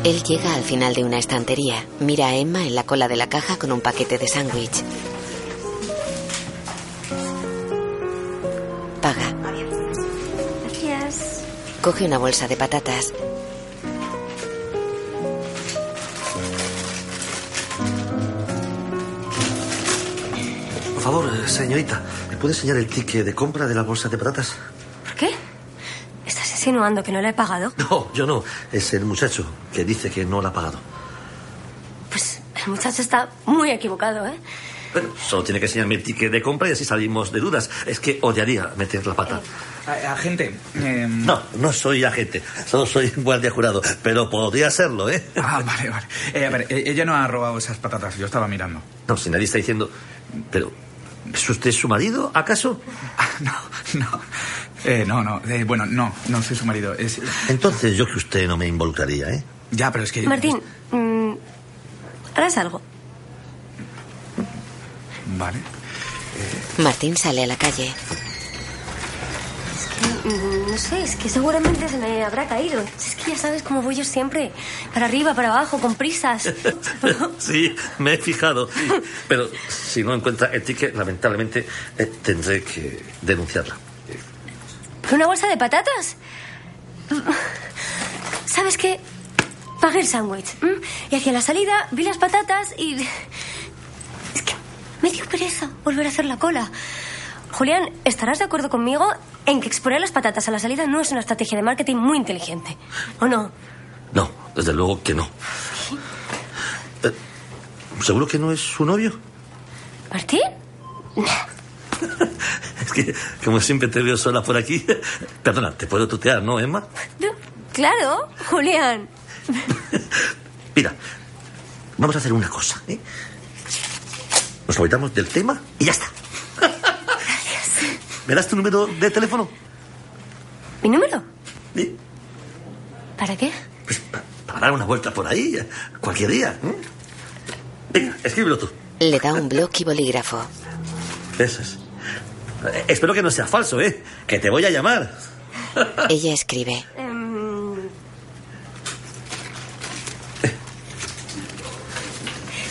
Él llega al final de una estantería. Mira a Emma en la cola de la caja con un paquete de sándwich. Paga. Gracias. Coge una bolsa de patatas. Por favor, eh, señorita, ¿me puede enseñar el ticket de compra de la bolsa de patatas? ¿Por qué? ¿Estás insinuando que no la he pagado? <laughs> No, yo no. Es el muchacho que dice que no la ha pagado. Pues el muchacho está muy equivocado, ¿eh? Bueno, solo tiene que enseñarme el ticket de compra y así salimos de dudas. Es que odiaría meter la pata. Agente. No, no soy agente. Solo soy <laughs> guardia jurado. Pero podría serlo, ¿eh? Ah, vale, vale. Eh, a ver, eh, ella no ha robado esas patatas. Yo estaba mirando. No, si nadie está diciendo. Pero. ¿Es usted su marido, acaso? Eh, no, no. Eh, bueno, no. No soy su marido. Es... Entonces yo que usted no me involucraría, ¿eh? Ya, pero es que. Martín, mm, ¿harás algo? Vale. Martín sale a la calle. Mm, No sé, es que seguramente se me habrá caído. Es que ya sabes cómo voy yo siempre. Para arriba, para abajo, con prisas. <laughs> Sí, me he fijado. sí. Pero si no encuentra el ticket, lamentablemente eh, tendré que denunciarla. ¿Por una bolsa de patatas? ¿Sabes qué? Pagué el sándwich. ¿m? Y hacia la salida vi las patatas y... Es que me dio pereza volver a hacer la cola. Julián, ¿estarás de acuerdo conmigo en que exponer las patatas a la salida no es una estrategia de marketing muy inteligente? ¿O no? No, desde luego que no. Eh, ¿Seguro que no es su novio? <laughs> ¿Martín? Es que, como siempre te veo sola por aquí. <laughs> Perdona, te puedo tutear, ¿no, Emma? Claro, Julián. Mira, vamos a hacer una cosa, ¿eh? Nos olvidamos del tema y ya está. ¿Me das tu número de teléfono? ¿Mi número? Sí. ¿Para qué? Para dar una vuelta por ahí, eh, cualquier día. ¿eh? Venga, escríbelo tú. Le da un bloc y bolígrafo. Eso es. Eh, Espero que no sea falso, ¿eh? Que te voy a llamar. <laughs> Ella escribe. Em,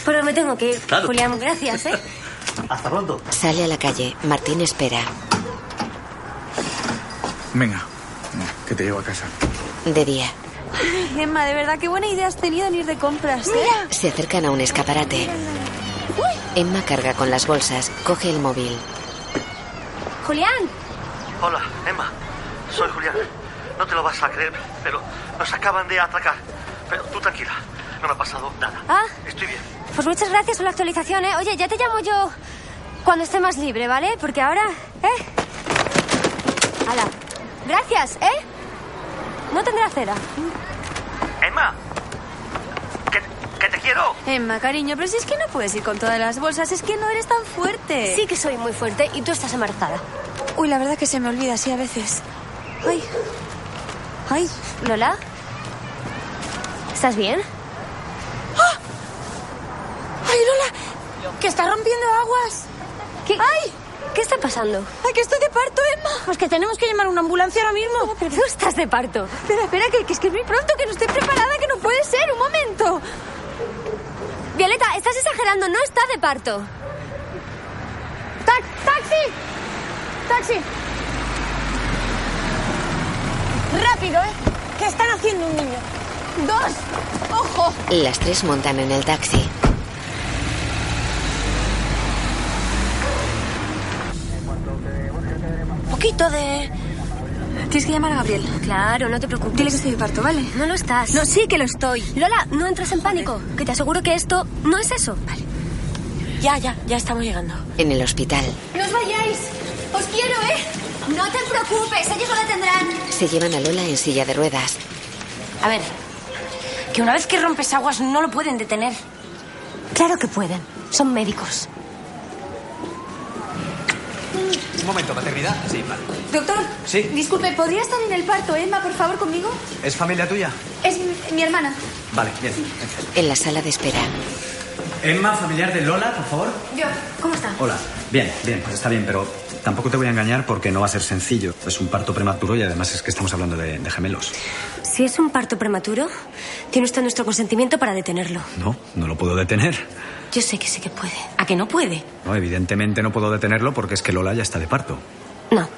Pero me tengo que ir. Claro. Julián, <laughs> gracias, ¿eh? Hasta pronto. Sale a la calle. Martín espera. Venga, que te llevo a casa. De día. Ay, Emma, de verdad, qué buena idea has tenido en ir de compras. ¿eh? Mira. Se acercan a un escaparate. Emma carga con las bolsas, coge el móvil. Julián. Hola, Emma. Soy Julián. No te lo vas a creer, pero nos acaban de atracar. Pero tú tranquila, no me ha pasado nada. Ah, Estoy bien. pues muchas gracias por la actualización, ¿eh? Oye, ya te llamo yo cuando esté más libre, ¿vale? Porque ahora, ¿eh? Hala. Gracias, ¿eh? No tendrá cera. Emma, que te quiero. Emma, cariño, pero si es que no puedes ir con todas las bolsas, es que no eres tan fuerte. Sí que soy muy fuerte y tú estás embarazada. Uy, la verdad que se me olvida así a veces. Ay. Ay, Lola. ¿Estás bien? ¡Ah! ¡Ay, Lola! ¡Que está rompiendo aguas! ¿Qué? ¡Ay! ¿Qué está pasando? ¡Ay, que estoy de parto, Emma! Pues que tenemos que llamar a una ambulancia ahora mismo. pero tú estás de parto. Espera, espera, que, que es que es muy pronto, que no estoy preparada, que no puede ser. ¡Un momento! Violeta, estás exagerando, no está de parto. ¡Taxi! ¡Taxi! ¡Rápido, eh! ¿Qué están haciendo un niño? ¡Dos! ¡Ojo! Las tres montan en el taxi. poquito de... Tienes que llamar a Gabriel. Claro, no te preocupes. Dile que estoy de parto, ¿vale? No lo estás. No, sí que lo estoy. Lola, no entres en pánico, que te aseguro que esto no es eso. Vale. Ya, ya, ya estamos llegando. En el hospital, ¡No os vayáis! ¡Os quiero, eh! No te preocupes, ellos no la tendrán. se llevan a Lola en silla de ruedas. A ver, que una vez que rompes aguas no lo pueden detener. Claro que pueden. Son médicos. Un momento, maternidad. Sí, vale. Doctor, Sí. disculpe, ¿podría estar en el parto, Emma, por favor, conmigo? ¿Es familia tuya? Es mi, mi hermana. Vale, bien. En la sala de espera. Emma, familiar de Lola, por favor. Yo, ¿cómo está? Hola. Bien, bien, pues está bien, pero tampoco te voy a engañar porque no va a ser sencillo. Es un parto prematuro y además es que estamos hablando de, de gemelos. Si es un parto prematuro, tiene usted nuestro consentimiento para detenerlo. No, no lo puedo detener. Yo sé que sí que puede. ¿A que no puede? No, evidentemente no puedo detenerlo porque es que Lola ya está de parto. No,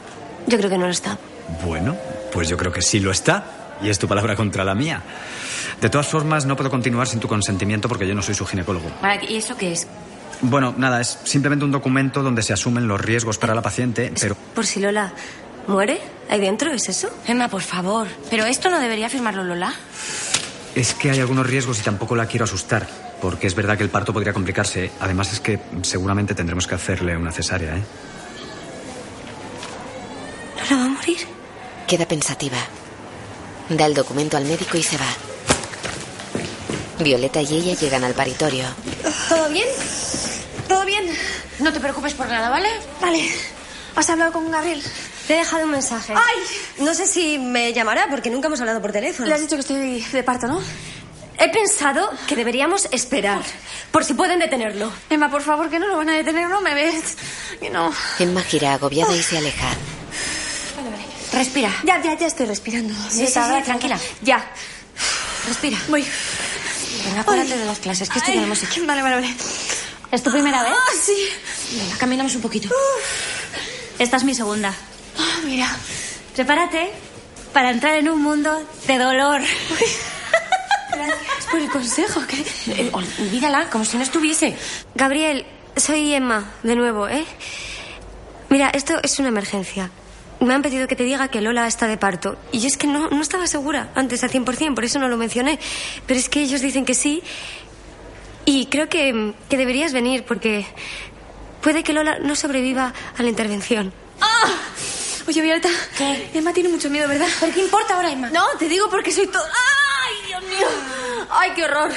yo creo que no lo está. Bueno, pues yo creo que sí lo está. Y es tu palabra contra la mía. De todas formas, no puedo continuar sin tu consentimiento porque yo no soy su ginecólogo. Vale, ¿y eso qué es? Bueno, nada, es simplemente un documento donde se asumen los riesgos para la paciente, pero... Por si Lola muere ahí dentro, ¿es eso? Emma, por favor. Pero esto no debería firmarlo Lola. Es que hay algunos riesgos y tampoco la quiero asustar, porque es verdad que el parto podría complicarse. Además es que seguramente tendremos que hacerle una cesárea, ¿eh? Lola va a morir. Queda pensativa. Da el documento al médico y se va. Violeta y ella llegan al paritorio. ¿Todo bien? ¿Todo bien? No te preocupes por nada, ¿vale? Vale. ¿Has hablado con Gabriel? Te he dejado un mensaje. ¡Ay! No sé si me llamará porque nunca hemos hablado por teléfono. Le has dicho que estoy de parto, ¿no? He pensado que deberíamos esperar por si pueden detenerlo. Emma, por favor, que no lo van a detener, no me ves. Que no. Emma gira agobiada y se aleja. Vale, vale. Respira. Ya, ya, ya estoy respirando. Sí, sí, sí, Ahora, tranquila. Ya. Respira. Voy. Venga, acuérdate de las clases, que esto ya lo hemos hecho. Vale, vale, vale. ¿Es tu primera vez? Ah, sí. Venga, caminamos un poquito. Esta es mi segunda. Ah, mira. Prepárate para entrar en un mundo de dolor. <laughs> Gracias por el consejo. Que... Eh, olvídala, como si no estuviese. Gabriel, soy Emma, de nuevo, ¿eh? Mira, esto es una emergencia. Me han pedido que te diga que Lola está de parto. Y yo es que no, no estaba segura antes al 100%, por eso no lo mencioné. Pero es que ellos dicen que sí. Y creo que, que deberías venir porque puede que Lola no sobreviva a la intervención. ¡Ah! Oye, Violeta. Emma tiene mucho miedo, ¿verdad? ¿Pero qué importa ahora, Emma? No, te digo porque soy todo. ¡Ay, Dios mío! ¡Ay, qué horror!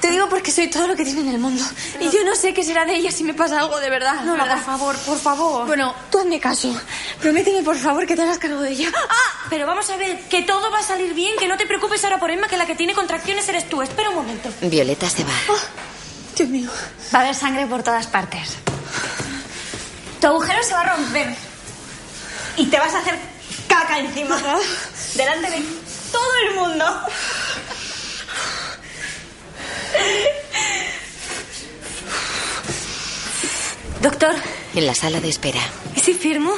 Te digo porque soy todo lo que tiene en el mundo. Y yo no sé qué será de ella si me pasa algo de verdad. No, ¿verdad? por favor, por favor. Bueno, tú hazme caso. Prométeme, por favor, que te hagas cargo de ella. ¡Ah! Pero vamos a ver, que todo va a salir bien, que no te preocupes ahora por Emma, que la que tiene contracciones eres tú. Espera un momento. Violeta se va. Oh. Dios mío. Va a haber sangre por todas partes. Tu agujero se va a romper. Y te vas a hacer caca <laughs> encima. Delante de todo el mundo. Doctor, En la sala de espera. ¿y si firmo?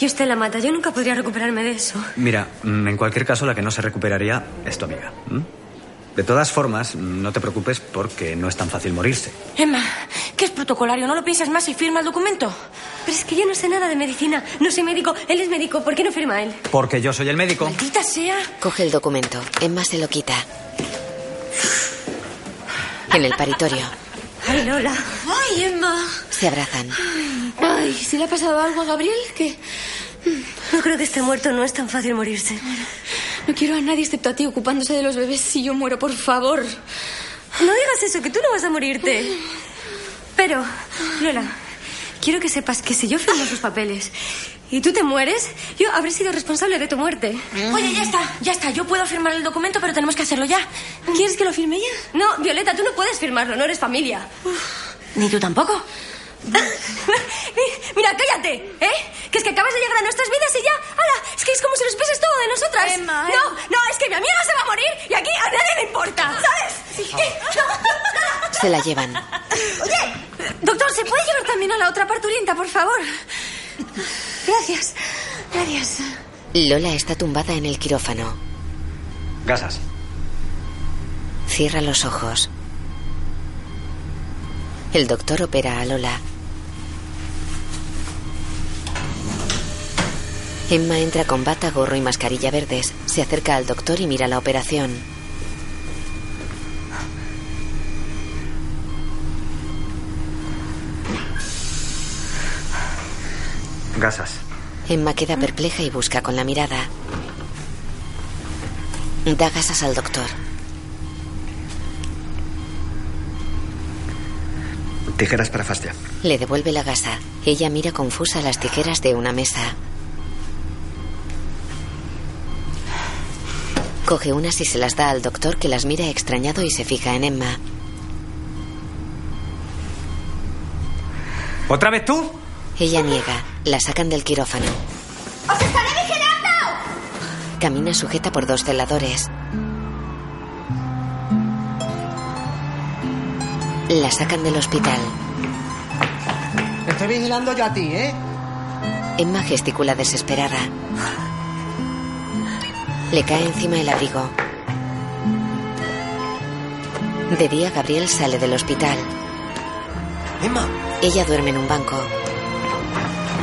Y usted la mata. Yo nunca podría recuperarme de eso. Mira, mm, en cualquier caso, la que no se recuperaría es tu amiga. ¿m? De todas formas, mm, no te preocupes porque no es tan fácil morirse. Emma, ¿qué es protocolario? ¿No lo piensas más y firma el documento? Pero es que yo no sé nada de medicina. No soy médico. Él es médico. ¿Por qué no firma él? Porque yo soy el médico. ¡Maldita sea! Coge el documento. Emma se lo quita. En el paritorio. Ay, Lola. ¡Ay, Emma! Se abrazan. Ay, ¿si le ha pasado algo a Gabriel? Que No creo que esté muerto. No es tan fácil morirse. no quiero a nadie excepto a ti ocupándose de los bebés si yo muero, por favor. No digas eso, que tú no vas a morirte. Pero, Lola, quiero que sepas que si yo firmo sus papeles y tú te mueres, yo habré sido responsable de tu muerte. Oye, ya está, ya está. Yo puedo firmar el documento, pero tenemos que hacerlo ya. ¿Quieres que lo firme ella? No, Violeta, tú no puedes firmarlo, no eres familia. Ni tú tampoco. <laughs> Mira, cállate, ¿eh? Que es que acabas de llegar a nuestras vidas y ya, ¡hala! Es que es como si los pieses todo de nosotras. Emma, no, no, es que mi amiga se va a morir y aquí a nadie le importa, ¿sabes? Se la llevan. <laughs> Oye, doctor, ¿se puede llevar también a la otra parturienta, por favor? Gracias. Gracias. Lola está tumbada en el quirófano. Gasas. Cierra los ojos. El doctor opera a Lola. Emma entra con bata, gorro y mascarilla verdes. Se acerca al doctor y mira la operación. Gasas. Emma queda perpleja y busca con la mirada. Da gasas al doctor. Tijeras para fascia. Le devuelve la gasa. Ella mira confusa las tijeras de una mesa. Coge unas y se las da al doctor que las mira extrañado y se fija en Emma. ¿Otra vez tú? Ella niega. La sacan del quirófano. ¡Os estaré vigilando! Camina sujeta por dos celadores. La sacan del hospital. Te estoy vigilando yo a ti, ¿eh? Emma gesticula desesperada. Le cae encima el abrigo. De día, Gabriel sale del hospital. Emma, Ella duerme en un banco.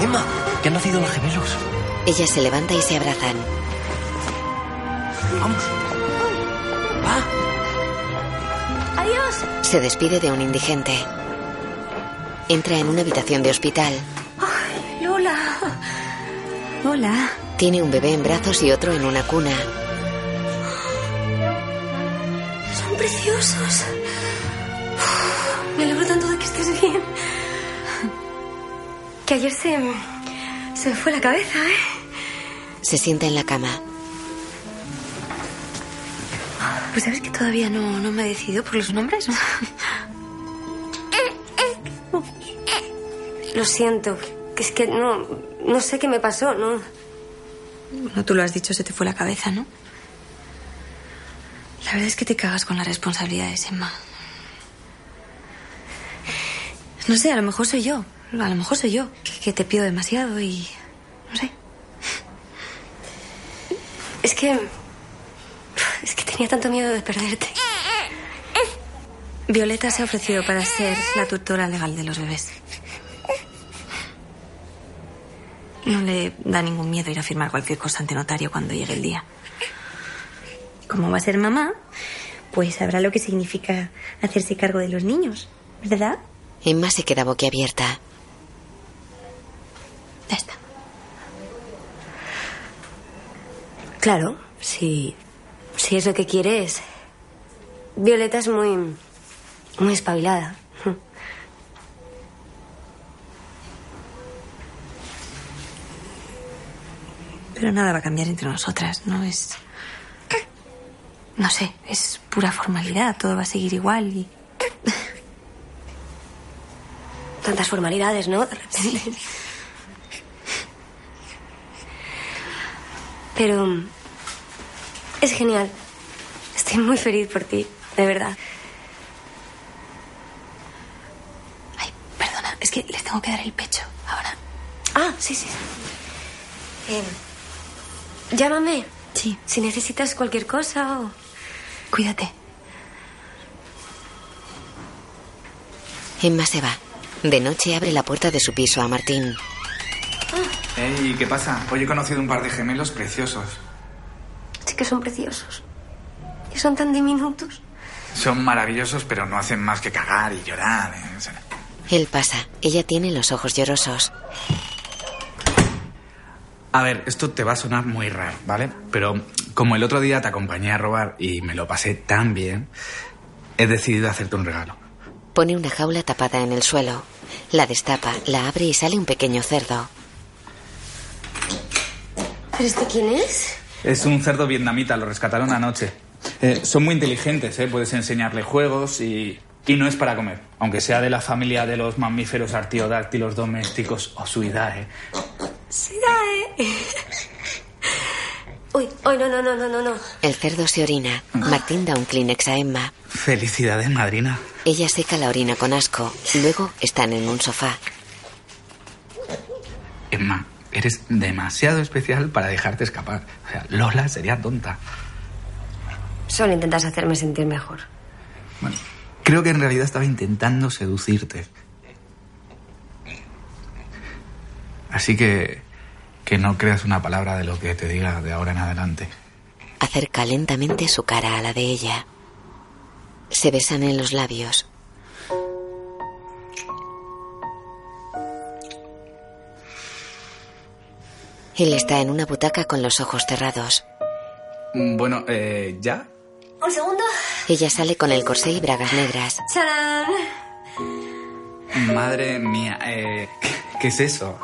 Emma, que han nacido los gemelos. Ella se levanta y se abrazan. Vamos. ¡Adiós! Se despide de un indigente. Entra en una habitación de hospital. Lola. Hola. Tiene un bebé en brazos y otro en una cuna. Son preciosos. Uf, Me alegro tanto de que estés bien. Que ayer se. se me fue la cabeza, ¿eh? Se sienta en la cama. Pues sabes que todavía no, no me he decidido por los nombres. Lo siento, que es que no. no sé qué me pasó, ¿no? Bueno, tú lo has dicho, se te fue la cabeza, ¿no? La verdad es que te cagas con las responsabilidades, Emma. No sé, a lo mejor soy yo. A lo mejor soy yo. Que, que te pido demasiado y. No sé. Es que. Es que tenía tanto miedo de perderte. Violeta se ha ofrecido para ser la tutora legal de los bebés. No le da ningún miedo ir a firmar cualquier cosa ante notario cuando llegue el día. Como va a ser mamá, pues sabrá lo que significa hacerse cargo de los niños, ¿verdad? Emma se queda boquiabierta. Claro, si. si es lo que quieres. Violeta es muy. muy espabilada. Pero nada va a cambiar entre nosotras, ¿no? Es. No sé, es pura formalidad, todo va a seguir igual y. Tantas formalidades, ¿no? De repente. Pero. mm, Es genial. Estoy muy feliz por ti, de verdad. Perdona, es que les tengo que dar el pecho ahora. Ah, sí, sí. Em, llámame. Sí. Si necesitas cualquier cosa o. Cuídate. Emma se va. De noche abre la puerta de su piso a Martín. Ey, ¿qué pasa? Hoy he conocido un par de gemelos preciosos. Sí que son preciosos. Y son tan diminutos. Son maravillosos, pero no hacen más que cagar y llorar. ¿eh? O sea, Él pasa. Ella tiene los ojos llorosos. A ver, esto te va a sonar muy raro, ¿vale? Pero como el otro día te acompañé a robar y me lo pasé tan bien, he decidido hacerte un regalo. Pone una jaula tapada en el suelo. La destapa, la abre y sale un pequeño cerdo. ¿Pero este quién es? Es un cerdo vietnamita, lo rescataron anoche. Eh, son muy inteligentes, ¿eh? Puedes enseñarle juegos y... Y no es para comer, aunque sea de la familia de los mamíferos artiodáctilos domésticos o ¿eh? suidae. Sí, da, eh. <laughs> Uy, uy, no, no, no, no, no, no. El cerdo se orina. Martín da un Kleenex a Emma. Felicidades, madrina. Ella seca la orina con asco. Luego están en un sofá. Emma, eres demasiado especial para dejarte escapar. O sea, Lola sería tonta. Solo intentas hacerme sentir mejor. Creo que en realidad estaba intentando seducirte. Así que que no creas una palabra de lo que te diga de ahora en adelante. Acerca lentamente su cara a la de ella. Se besan en los labios. Él está en una butaca con los ojos cerrados. Mm, Bueno, eh, ¿ya? Un segundo. Ella sale con el corsé y bragas negras. ¡Charán! Madre mía, eh, ¿qué es eso?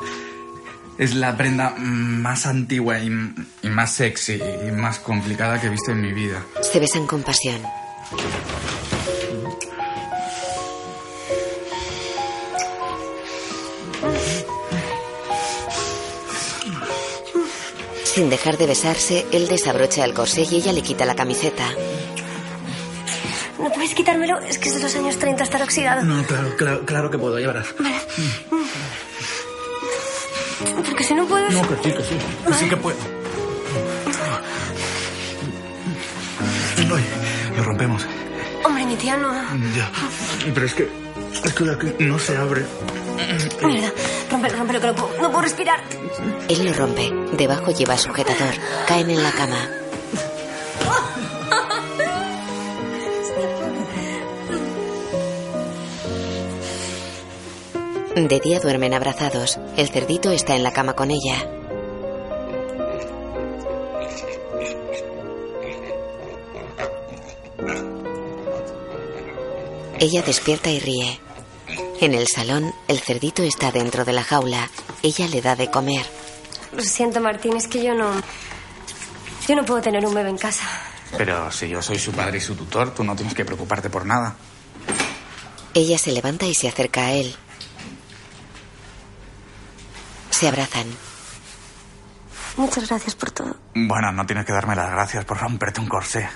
Es la prenda más antigua y, y más sexy y más complicada que he visto en mi vida. Se besan con pasión. Sin dejar de besarse, él desabrocha el corsé y ella le quita la camiseta. ¿No puedes quitármelo? Es que es de los años 30 estar oxidado. Mm. No, Mm, claro, claro, claro que puedo, ya verás. Porque si no puedes... No, que sí, que sí. Que sí que puedo. Ay, lo rompemos. Hombre, mi tía <clears throat> no... Ya. Pero es que. Es que la que no se abre. Mierda. Rómpelo, rómpelo, que no puedo, no puedo respirar. Él lo rompe. Debajo lleva sujetador. Caen en la cama. De día duermen abrazados. El cerdito está en la cama con ella. Ella despierta y ríe. En el salón, el cerdito está dentro de la jaula. Ella le da de comer. Lo siento, Martín, es que yo no... Yo no puedo tener un bebé en casa. Pero si yo soy su padre y su tutor, tú no tienes que preocuparte por nada. Ella se levanta y se acerca a él. Se abrazan. Muchas gracias por todo. Bueno, no tienes que darme las gracias por romperte un <laughs> corsé.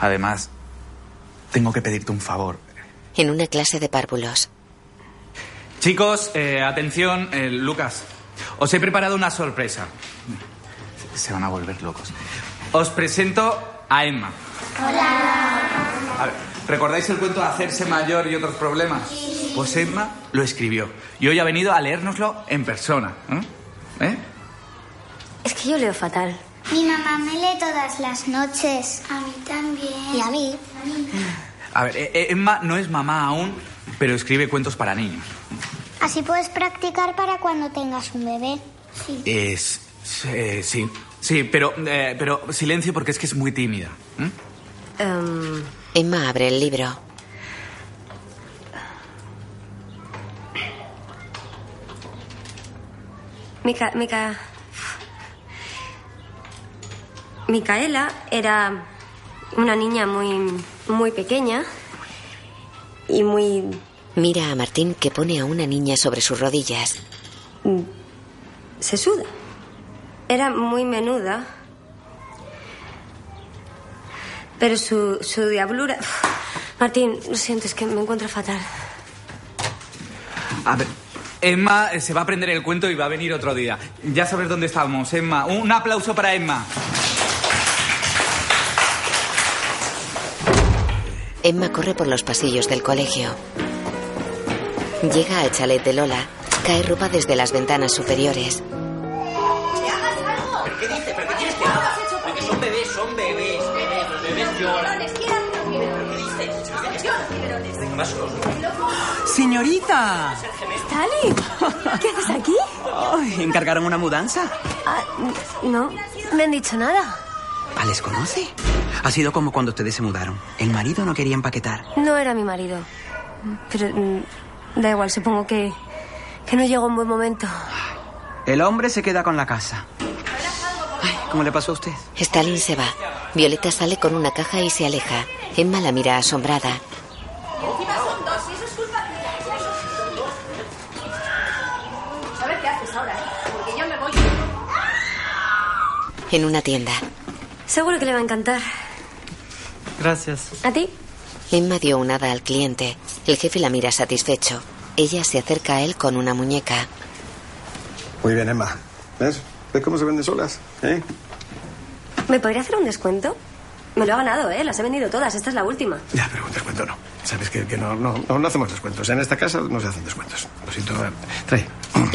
Además, tengo que pedirte un favor. En una clase de párvulos, Chicos, eh, atención, eh, Lucas. Os he preparado una sorpresa. Se van a volver locos. Os presento a Emma. Hola. ¿Recordáis el cuento de Hacerse Mayor y otros problemas? Pues Emma lo escribió. Y hoy ha venido a leérnoslo en persona. ¿eh? ¿Eh? Es que yo leo fatal. Mi mamá me lee todas las noches. A mí también. Y a mí. A ver, eh, eh, Emma no es mamá aún, pero escribe cuentos para niños. Así puedes practicar para cuando tengas un bebé. Sí. Es. eh, sí. Sí, pero, eh, pero silencio porque es que es muy tímida. Em, Emma abre el libro. Mica, Mica... Micaela era una niña muy, muy pequeña y muy Mira a Martín que pone a una niña sobre sus rodillas. sesuda. Era muy menuda. Pero su, su diablura... Martín, lo siento, es que me encuentro fatal. A ver. Emma eh, se va a aprender el cuento y va a venir otro día. Ya sabes dónde estamos, Emma. Un aplauso para Emma. Emma corre por los pasillos del colegio. Llega al chalet de Lola. Cae ropa desde las ventanas superiores. ¿Pero qué dices? ¿Pero qué quieres que haga? Pero que son bebés, son bebés. Los bebés lloran. Ah. Señorita. <laughs> ¡Tali! ¿Qué haces aquí? Ay, ¿Encargaron una mudanza? Ah, no, me han dicho nada. Ah, ¿Les conoce? Ha sido como cuando ustedes se mudaron. El marido no quería empaquetar. No era mi marido. Pero mm, da igual, supongo que, que no llegó un buen momento. El hombre se queda con la casa. Ay, ¿Cómo le pasó a usted? Stalin se va. Violeta sale con una caja y se aleja. Emma la mira asombrada. Encima son dos y eso es culpa mía. Eso son dos. A ver qué haces ahora, ¿eh? porque yo me voy. En una tienda, Seguro que le va a encantar. Gracias. ¿A ti? Emma dio un hada al cliente. El jefe la mira satisfecho. Ella se acerca a él con una muñeca. Muy bien, Emma. ¿Ves? ¿Ves cómo se venden solas? ¿Eh? ¿Me podría hacer un descuento? Me lo ha ganado, ¿eh? Las he vendido todas. Esta es la última. Ya, pero un descuento no. Sabes que, que no, no, no, no hacemos descuentos. En esta casa no se hacen descuentos. Lo siento. eh. Trae.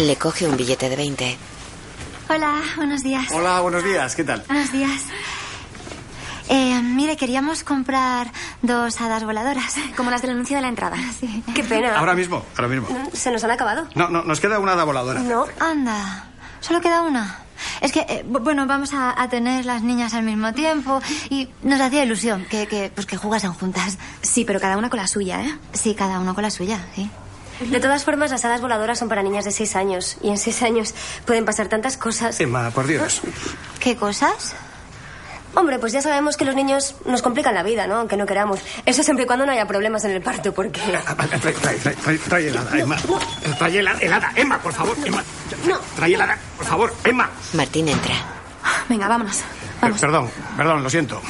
Le coge un billete de 20. Hola, buenos días. Hola, buenos días. ¿Qué tal? Buenos días. Eh, mire, queríamos comprar dos hadas voladoras. Como las del anuncio de la entrada. Sí. Qué pena. Mm, Ahora mismo, ahora mismo. Se nos han acabado. No, no, nos queda una hada voladora. No. Anda, solo queda una. Es que, eh, bu- bueno, vamos a, a tener las niñas al mismo tiempo y nos hacía ilusión que, que, pues que jugasen juntas. Sí, pero cada una con la suya, ¿eh? Sí, cada uno con la suya, sí. De todas formas, las hadas voladoras son para niñas de 6 años. Y en 6 años pueden pasar tantas cosas. Emma, por Dios. ¿Qué cosas? Hombre, pues ya sabemos que los niños nos complican la vida, ¿no? Aunque no queramos. Eso siempre y cuando no haya problemas en el parto, porque... Trae, trae, trae, trae, trae el hada, Emma. Trae el hada, el hada. Emma, por favor, Emma. Trae el hada, por favor, Emma. Martín entra. Venga, vámonos. Eh, Perdón, perdón, lo siento.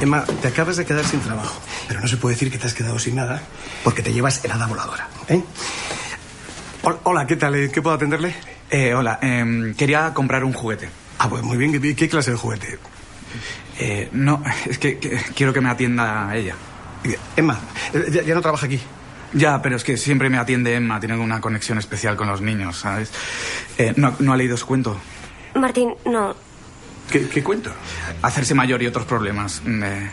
Emma, te acabas de quedar sin trabajo, pero no se puede decir que te has quedado sin nada porque te llevas helada voladora. ¿eh? Hol- Hola, ¿qué tal? Eh, ¿Qué puedo atenderle? Eh, hola, em, quería comprar un juguete. Ah, pues muy bien. ¿Qué, qué clase de juguete? Eh, no, es que, que quiero que me atienda a ella. Emma, eh, ya, no trabaja aquí. Ya, pero es que siempre me atiende Emma. Tiene una conexión especial con los niños, ¿sabes? Eh, no, no ha leído su cuento. Martín, no. ¿Qué, cuento? Hacerse mayor y otros problemas. Mm, eh.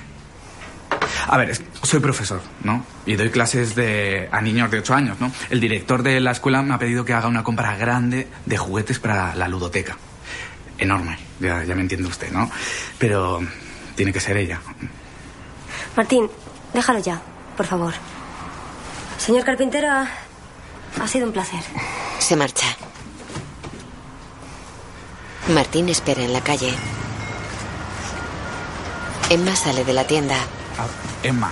A ver, es- soy profesor, ¿no? Y doy clases de, a niños de 8 años, ¿no? El director de la escuela me ha pedido que haga una compra grande de juguetes para la ludoteca. Enorme, ya, ya me entiende usted, ¿no? Pero tiene que ser ella. Martín, déjalo ya, por favor. Señor Carpintera, ha sido un placer. Se marcha. Martín espera en la calle. Emma sale de la tienda. Emma,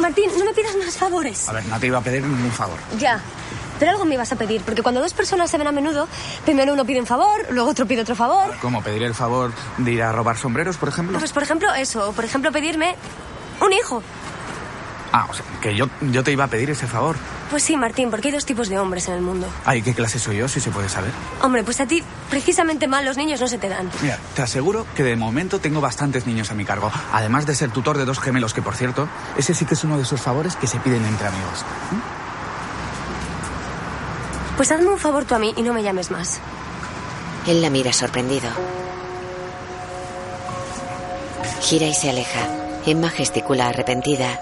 Martín, no me pidas más favores. a ver, no te iba a pedir ningún favor. Ya. Pero algo me ibas a pedir, porque cuando dos personas se ven a menudo, primero uno pide un favor, luego otro pide otro favor. ¿Cómo? ¿Pedir el favor de ir a robar sombreros, por ejemplo? Pues, por ejemplo, eso. o, Por ejemplo, pedirme un hijo. Ah, o sea, que yo, yo te iba a pedir ese favor. Pues sí, Martín, porque hay dos tipos de hombres en el mundo. Ay, ¿qué clase soy yo, si se puede saber? Hombre, pues a ti, precisamente mal, los niños no se te dan. Mira, te aseguro que de momento tengo bastantes niños a mi cargo. Además de ser tutor de dos gemelos, que por cierto, ese sí que es uno de esos favores que se piden entre amigos. ¿Mm? Pues hazme un favor tú a mí y no me llames más. Él la mira sorprendido. Gira y se aleja. Emma gesticula arrepentida.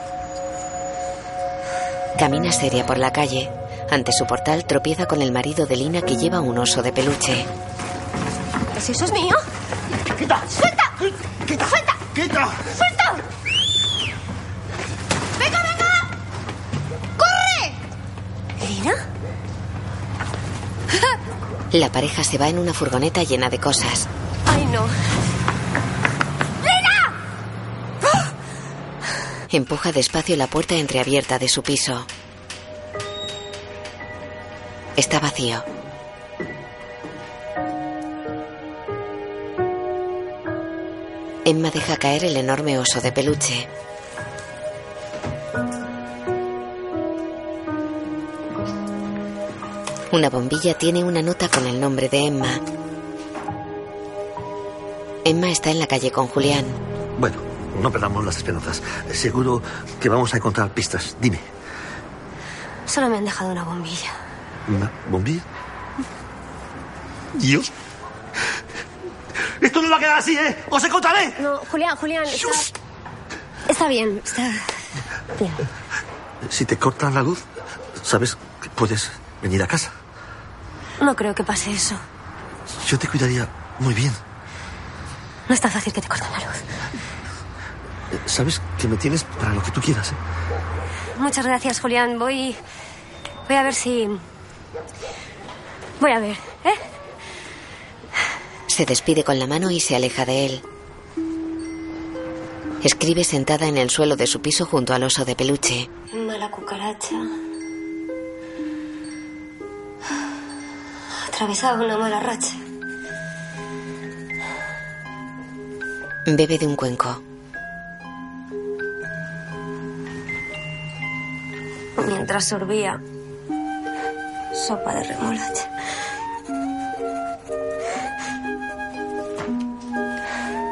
Camina seria por la calle. Ante su portal tropieza con el marido de Lina que lleva un oso de peluche. ¿Pues eso es mío? ¡Quita! ¡Suelta! ¡Quita! ¡Suelta! ¡Quita! ¡Suelta! ¡Venga, venga! ¡Corre! ¿Lina? <laughs> La pareja se va en una furgoneta llena de cosas. Ay, no. ¡Lina! Empuja despacio la puerta entreabierta de su piso. Está vacío. Emma deja caer el enorme oso de peluche. Una bombilla tiene una nota con el nombre de Emma. Emma está en la calle con Julián. Bueno, no perdamos las esperanzas. Seguro que vamos a encontrar pistas. Dime, Solo me han dejado una bombilla. ¿una bombilla? Dios. Esto no va a quedar así, ¿eh? ¡Os encontraré! No, Julián, Julián. Está, está bien, está. Si te cortan la luz, sabes que puedes venir a casa. No creo que pase eso. Yo te cuidaría muy bien. No es tan fácil que te corten la luz. Eh, Sabes que me tienes para lo que tú quieras, ¿eh? Muchas gracias, Julián. Voy. Voy a ver si. Voy a ver, ¿eh? Se despide con la mano y se aleja de él. Escribe sentada en el suelo de su piso junto al oso de peluche. Mala cucaracha. Atravesaba una mala racha. Bebe de un cuenco. Mientras sorbía sopa de remolacha.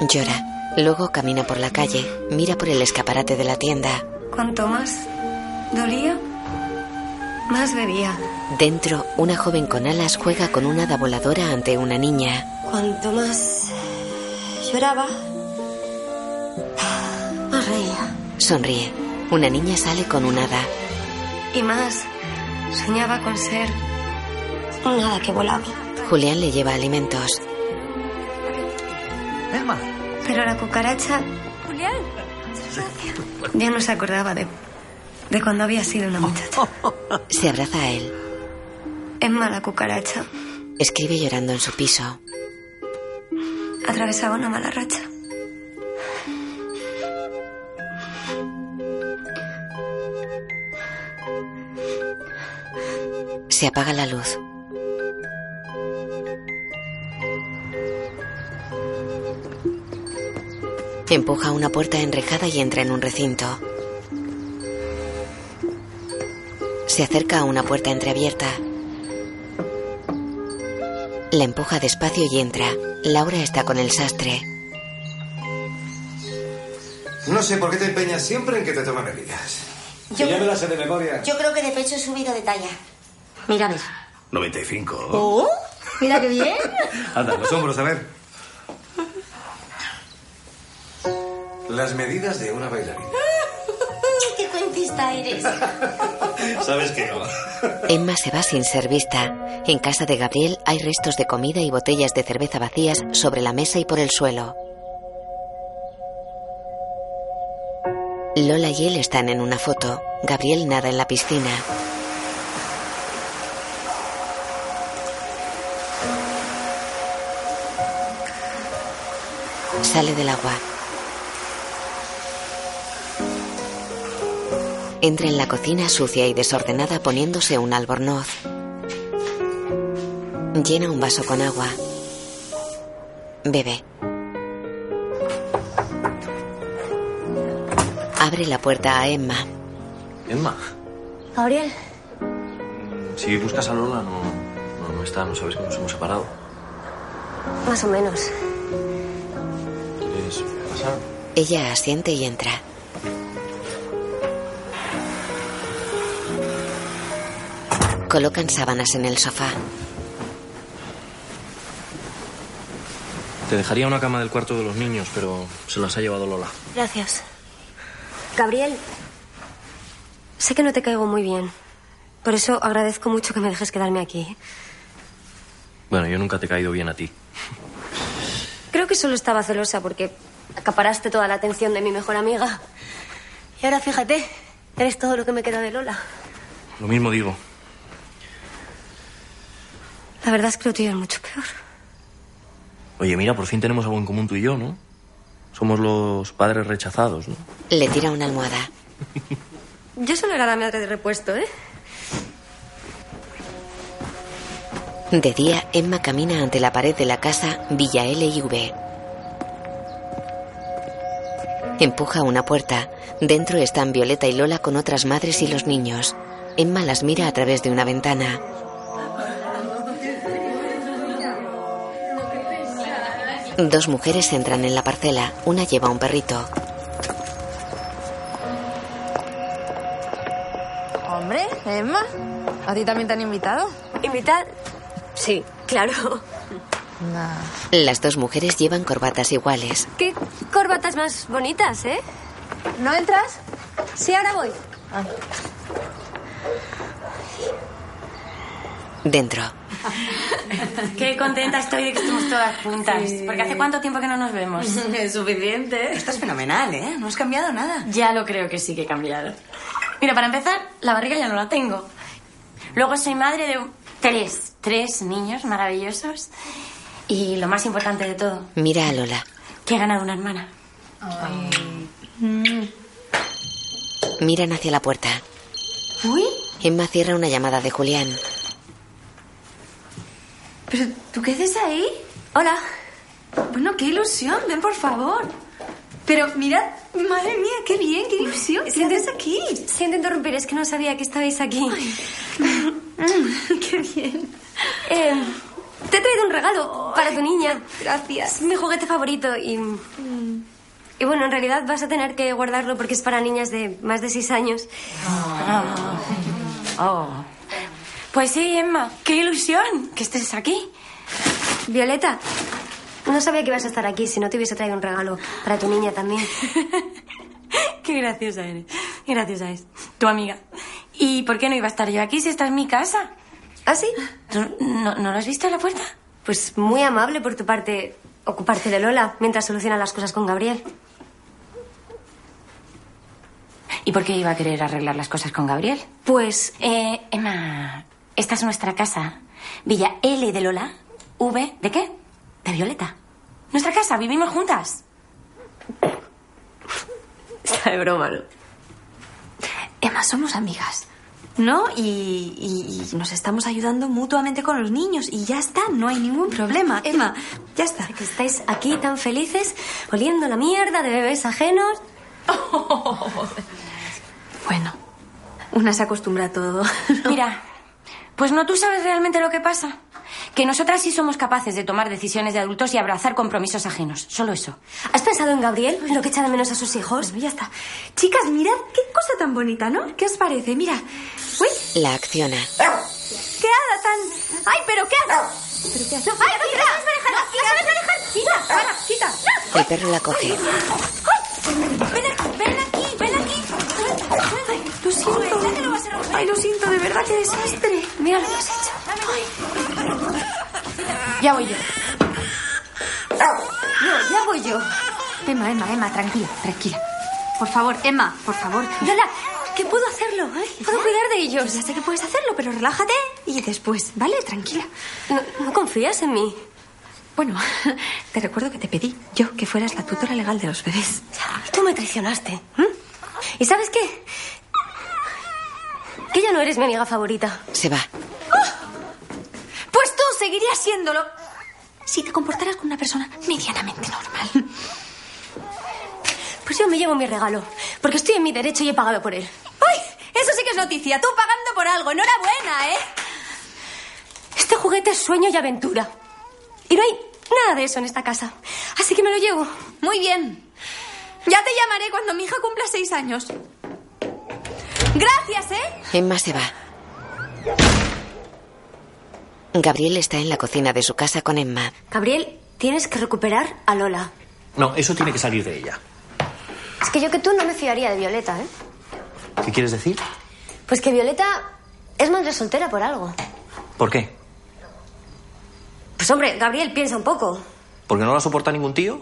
Llora. Luego camina por la calle, mira por el escaparate de la tienda. Cuanto más dolía, más bebía. Dentro, una joven con alas juega con una hada voladora ante una niña. Cuanto más Lloraba. Más reía. Sonríe. Una niña sale con un hada. Y más soñaba con ser nada que volaba. Julián le lleva alimentos. Emma, Pero la cucaracha Julián. ya no se acordaba de, de cuando había sido una muchacha. Se abraza a él. Es mala cucaracha. Escribe llorando en su piso. Atravesaba una mala racha. Se apaga la luz. Empuja una puerta enrejada y entra en un recinto. Se acerca a una puerta entreabierta. La empuja despacio y entra. Laura está con el sastre. No sé por qué te empeñas siempre en que te toman medidas. Yo- ya me las sé de memoria. Yo creo que de pecho he subido de talla. Mira, a ver. 95. Oh, mira qué bien. <laughs> Anda, los hombros, a ver. Las medidas de una bailarina. ¡Qué cuentista eres! Sabes que no. Emma se va sin ser vista. En casa de Gabriel hay restos de comida y botellas de cerveza vacías sobre la mesa y por el suelo. Lola y él están en una foto. Gabriel nada en la piscina. Sale del agua. Entra en la cocina sucia y desordenada poniéndose un albornoz. Llena un vaso con agua. Bebe. Abre la puerta a Emma. Emma, Gabriel, si buscas a Lola, no, no, no está, no sabes que nos hemos separado. más o menos. ¿Quieres pasar? Ella asiente y entra. Colocan sábanas en el sofá. Te dejaría una cama del cuarto de los niños, pero se las ha llevado Lola. Gracias. Gabriel, Sé que no te caigo muy bien. Por eso agradezco mucho que me dejes quedarme ¿eh? aquí. Bueno, yo nunca te he caído bien a ti. Creo que solo estaba celosa porque acaparaste toda la atención de mi mejor amiga. Y ahora fíjate, eres todo lo que me queda de Lola. Lo mismo digo. La verdad es que lo tuyo es mucho peor. Oye, mira, por fin tenemos algo en común tú y yo, ¿no? Somos los padres rechazados, ¿no? Le tira una almohada. Yo solo era la madre de repuesto, ¿eh? De día, Emma camina ante la pared de la casa Villa L y V. Empuja una puerta. Dentro están Violeta y Lola con otras madres y los niños. Emma las mira a través de una ventana. Dos mujeres entran en la parcela. Una lleva un perrito. Hombre, Emma, ¿a ti también te han invitado? ¿Invitad? Sí, claro. Las dos mujeres llevan corbatas iguales. Qué corbatas más bonitas, ¿eh? ¿No entras? Sí, ahora voy. Dentro. <laughs> Qué contenta estoy de que estemos todas juntas. Porque hace cuánto tiempo que no nos vemos. Es <laughs> suficiente. Estás fenomenal, ¿eh? No has cambiado nada. Ya lo creo que sí que he cambiado. Mira, para empezar, la barriga ya no la tengo. Luego soy madre de un- tres, tres niños maravillosos. Y lo más importante de todo, Mira a Lola. que he ganado una hermana. Mm. Miran hacia la puerta. Uy, Emma cierra una llamada de Julián. pero ¿tú qué haces ahí? Hola. Bueno, qué ilusión, ven por favor. Pero mirad, madre mía, qué bien, qué ilusión. ¿Sientes aquí? Siento interrumpir, es que no sabía que estabais aquí. Mm, qué bien. Eh, te he traído un regalo para tu niña. Gracias. Mm. Es mi juguete favorito y... Y bueno, en realidad vas a tener que guardarlo porque es para niñas de más de seis años. Oh. Pues sí, Emma, qué ilusión que estés aquí. Violeta, no sabía que ibas a estar aquí si no te hubiese traído un regalo para tu niña también. <laughs> Qué graciosa eres. Qué graciosa es. Tu amiga. ¿Y por qué no iba a estar yo aquí si esta es mi casa? ¿Ah, sí? ¿No, no lo has visto a la puerta? Pues muy amable por tu parte ocuparte de Lola mientras soluciona las cosas con Gabriel. ¿Y por qué iba a querer arreglar las cosas con Gabriel? Pues, eh, Emma, esta es nuestra casa. Villa L de Lola, V de qué? De Violeta. Nuestra casa, vivimos juntas. <laughs> Está de broma, ¿no? Emma, somos amigas. ¿No? Y, y- y nos estamos ayudando mutuamente con los niños. Y ya está, no hay ningún problema. Emma, ya está. Que estáis aquí tan felices, oliendo la mierda de bebés ajenos. Bueno, una se acostumbra a <laughs> todo. Mira, pues no tú sabes realmente lo que pasa. Que nosotras sí somos capaces de tomar decisiones de adultos y abrazar compromisos ajenos. Solo eso. Pues ¿Has pensado en Gabriel? ¿En lo que echa de menos a sus hijos? ya está. Chicas, mirad qué cosa tan bonita, ¿no? ¿Qué os parece? Mira. Uy, La acciona. qué hada tan... ¡Ay, pero qué hada! ¿Pero qué hace? ¡Ay, no, te la vas a dejar! ¡La vas a dejar! ¡Quita! ¡Para, quita! El perro la coge. Lo siento. Ay, lo siento, de verdad, qué desastre. Mira lo que has hecho. Ya voy yo. No, ya voy yo. Emma, Emma, Emma, tranquila, tranquila. Por favor, Emma, por <laughs> favor. Lola, que puedo hacerlo, ¿eh? Puedo cuidar de ellos. Pues ya sé que puedes hacerlo, pero relájate y después, ¿vale? Tranquila. ¿No, no confías en mí? Bueno, <laughs> te recuerdo que te pedí yo que fueras la tutora legal de los bebés. ¿Mm? Tú me traicionaste. ¿m? ¿Y sabes qué? Que ya no eres mi amiga favorita. Se va. Pues tú seguirías siéndolo si te comportaras con una persona medianamente normal. Pues yo me llevo mi regalo, porque estoy en mi derecho y he pagado por él. ¡Uy! Eso sí que es noticia. Tú pagando por algo. Enhorabuena, ¿eh? Este juguete es sueño y aventura. Y no hay nada de eso en esta casa. Así que me lo llevo. Muy bien. Ya te llamaré cuando mi hija cumpla seis años. Gracias, ¿eh? Emma se va. Gabriel está en la cocina de su casa con Emma. Gabriel, tienes que recuperar a Lola. No, eso tiene que salir de ella. Es que yo que tú no me fiaría de Violeta, ¿eh? ¿Qué quieres decir? Pues que Violeta es madre soltera por algo. ¿Por qué? Pues hombre, Gabriel, piensa un poco. ¿Porque no la soporta ningún tío?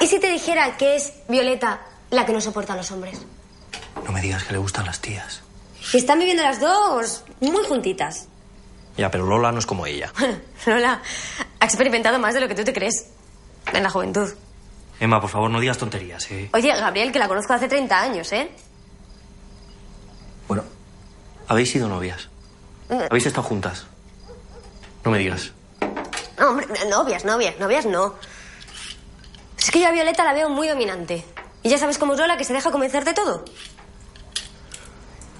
¿Y si te dijera que es Violeta la que no soporta a los hombres? No me digas que le gustan las tías. Que están viviendo las dos muy juntitas. Ya, pero Lola no es como ella. <laughs> Lola ha experimentado más de lo que tú te crees en la juventud. Emma, por favor, no digas tonterías, ¿eh? Oye, Gabriel, que la conozco hace 30 años, ¿eh? Bueno, habéis sido novias. Habéis estado juntas. No me digas. No, hombre, novias, novias, novias no. Es que yo a Violeta la veo muy dominante. Y ya sabes cómo es Lola, que se deja convencer de todo.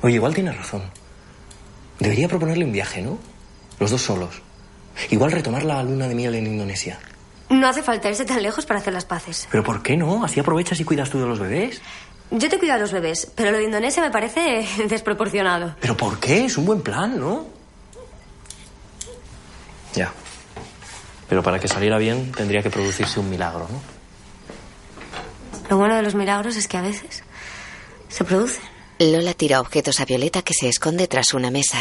Oye, igual tienes razón. Debería proponerle un viaje, ¿no? Los dos solos. Igual retomar la luna de miel en Indonesia. No hace falta irse tan lejos para hacer las paces. ¿Pero por qué no? Así aprovechas y cuidas tú de los bebés. Yo te cuido a los bebés, pero lo de Indonesia me parece desproporcionado. ¿Pero por qué? Es un buen plan, ¿no? Ya. Pero para que saliera bien tendría que producirse un milagro, ¿no? Lo bueno de los milagros es que a veces se producen. Lola tira objetos a Violeta que se esconde tras una mesa.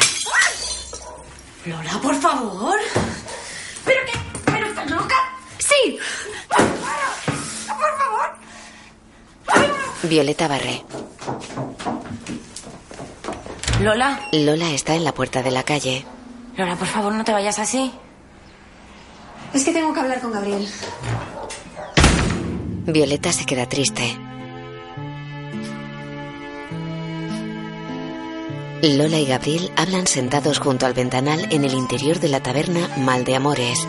Lola, por favor. ¿Pero qué? ¿Pero estás loca? Sí. Violeta barre. Lola, Lola está en la puerta de la calle. Lola, por favor, no te vayas así. Es que tengo que hablar con Gabriel. Violeta se queda triste. Lola y Gabriel hablan sentados junto al ventanal en el interior de la taberna Mal de Amores.